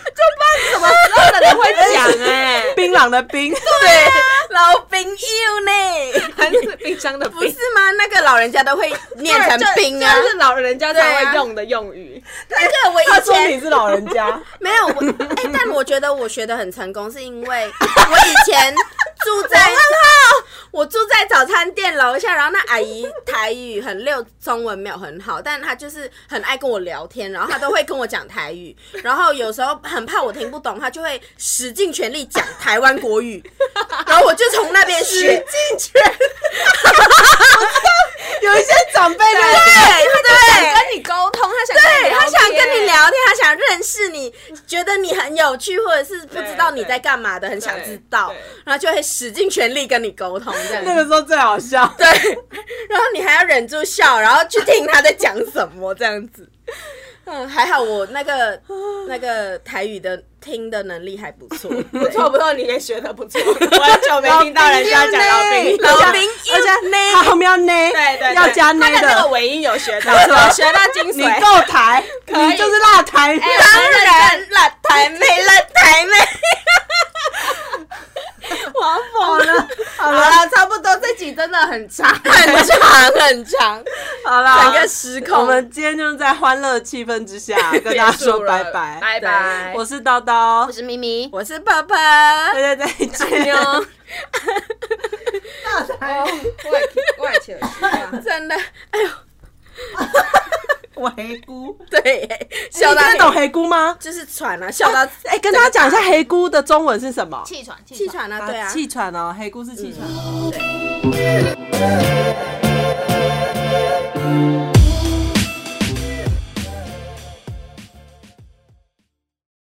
C: 就不知道什么时候的人会讲哎、
A: 槟榔的冰，
B: 老朋友 呢，
C: 还是冰箱的
B: 不是吗？那个老人家都会念成冰啊
C: 就，就是老人家才会用的用语。
B: 那个我
A: 他
B: 以
A: 说
B: 前
A: 你是老人家，
B: 没有我，哎、但我觉得我学的很成功，是因为我以前住在我住在早餐店楼下，然后那阿姨台语很溜，中文没有很好，但她就是很爱跟我聊天，然后她都会跟我讲台语，然后有时候很怕我听不懂，她就会使尽全力讲台湾国语，然后我就从那边学，
A: 有一些长辈就
B: 对
A: 是
B: 对。对
C: 跟你沟通，他想对
B: 对他想跟你聊天，他想认识你，觉得你很有趣，或者是不知道你在干嘛的，很想知道
C: 对对，
B: 然后就会使尽全力跟你沟通这 样
A: 那个
B: 子。
A: 时候最好笑，
B: 对，然后你还要忍住笑，然后去听他在讲什么这样子。嗯，还好我那个那个台语的听的能力还不错，不
C: 不错不错，你也学的不错。我很久没听到人家讲老兵，
A: 老
B: 老
A: 兵
B: 兵
A: 而且他后面要呢，
C: 对对对，
A: 要加呢
C: 他的那个尾音有学到，
A: 没错
C: 有学到精
A: 你
C: 髓。
A: 够台，
C: 以哎
A: 你就是辣台，
B: 当然辣台妹，辣台妹。
A: 好了好
B: 好
A: 了
B: 了，差不多，这集真的很长，很长，很长，
A: 好了，
B: 整个失控。
A: 我们今天就是在欢乐气氛之下跟大家说拜拜，
C: 拜拜，
A: 我是叨叨，
E: 是咪咪，
B: 我是泡泡。
A: 大家再见。
B: 真的，哎呦，
A: 我黑姑，
B: 对，
A: 你
B: 笑到
A: 真的懂黑姑吗？
B: 就是喘啊，笑到
A: 哎，跟大家讲一下黑姑的中文是什么？
E: 气喘，气
B: 气啊
A: 啊
E: 喘。
B: 喘啊，对啊，
A: 嗯气喘哦，黑姑是气喘。
E: 嗯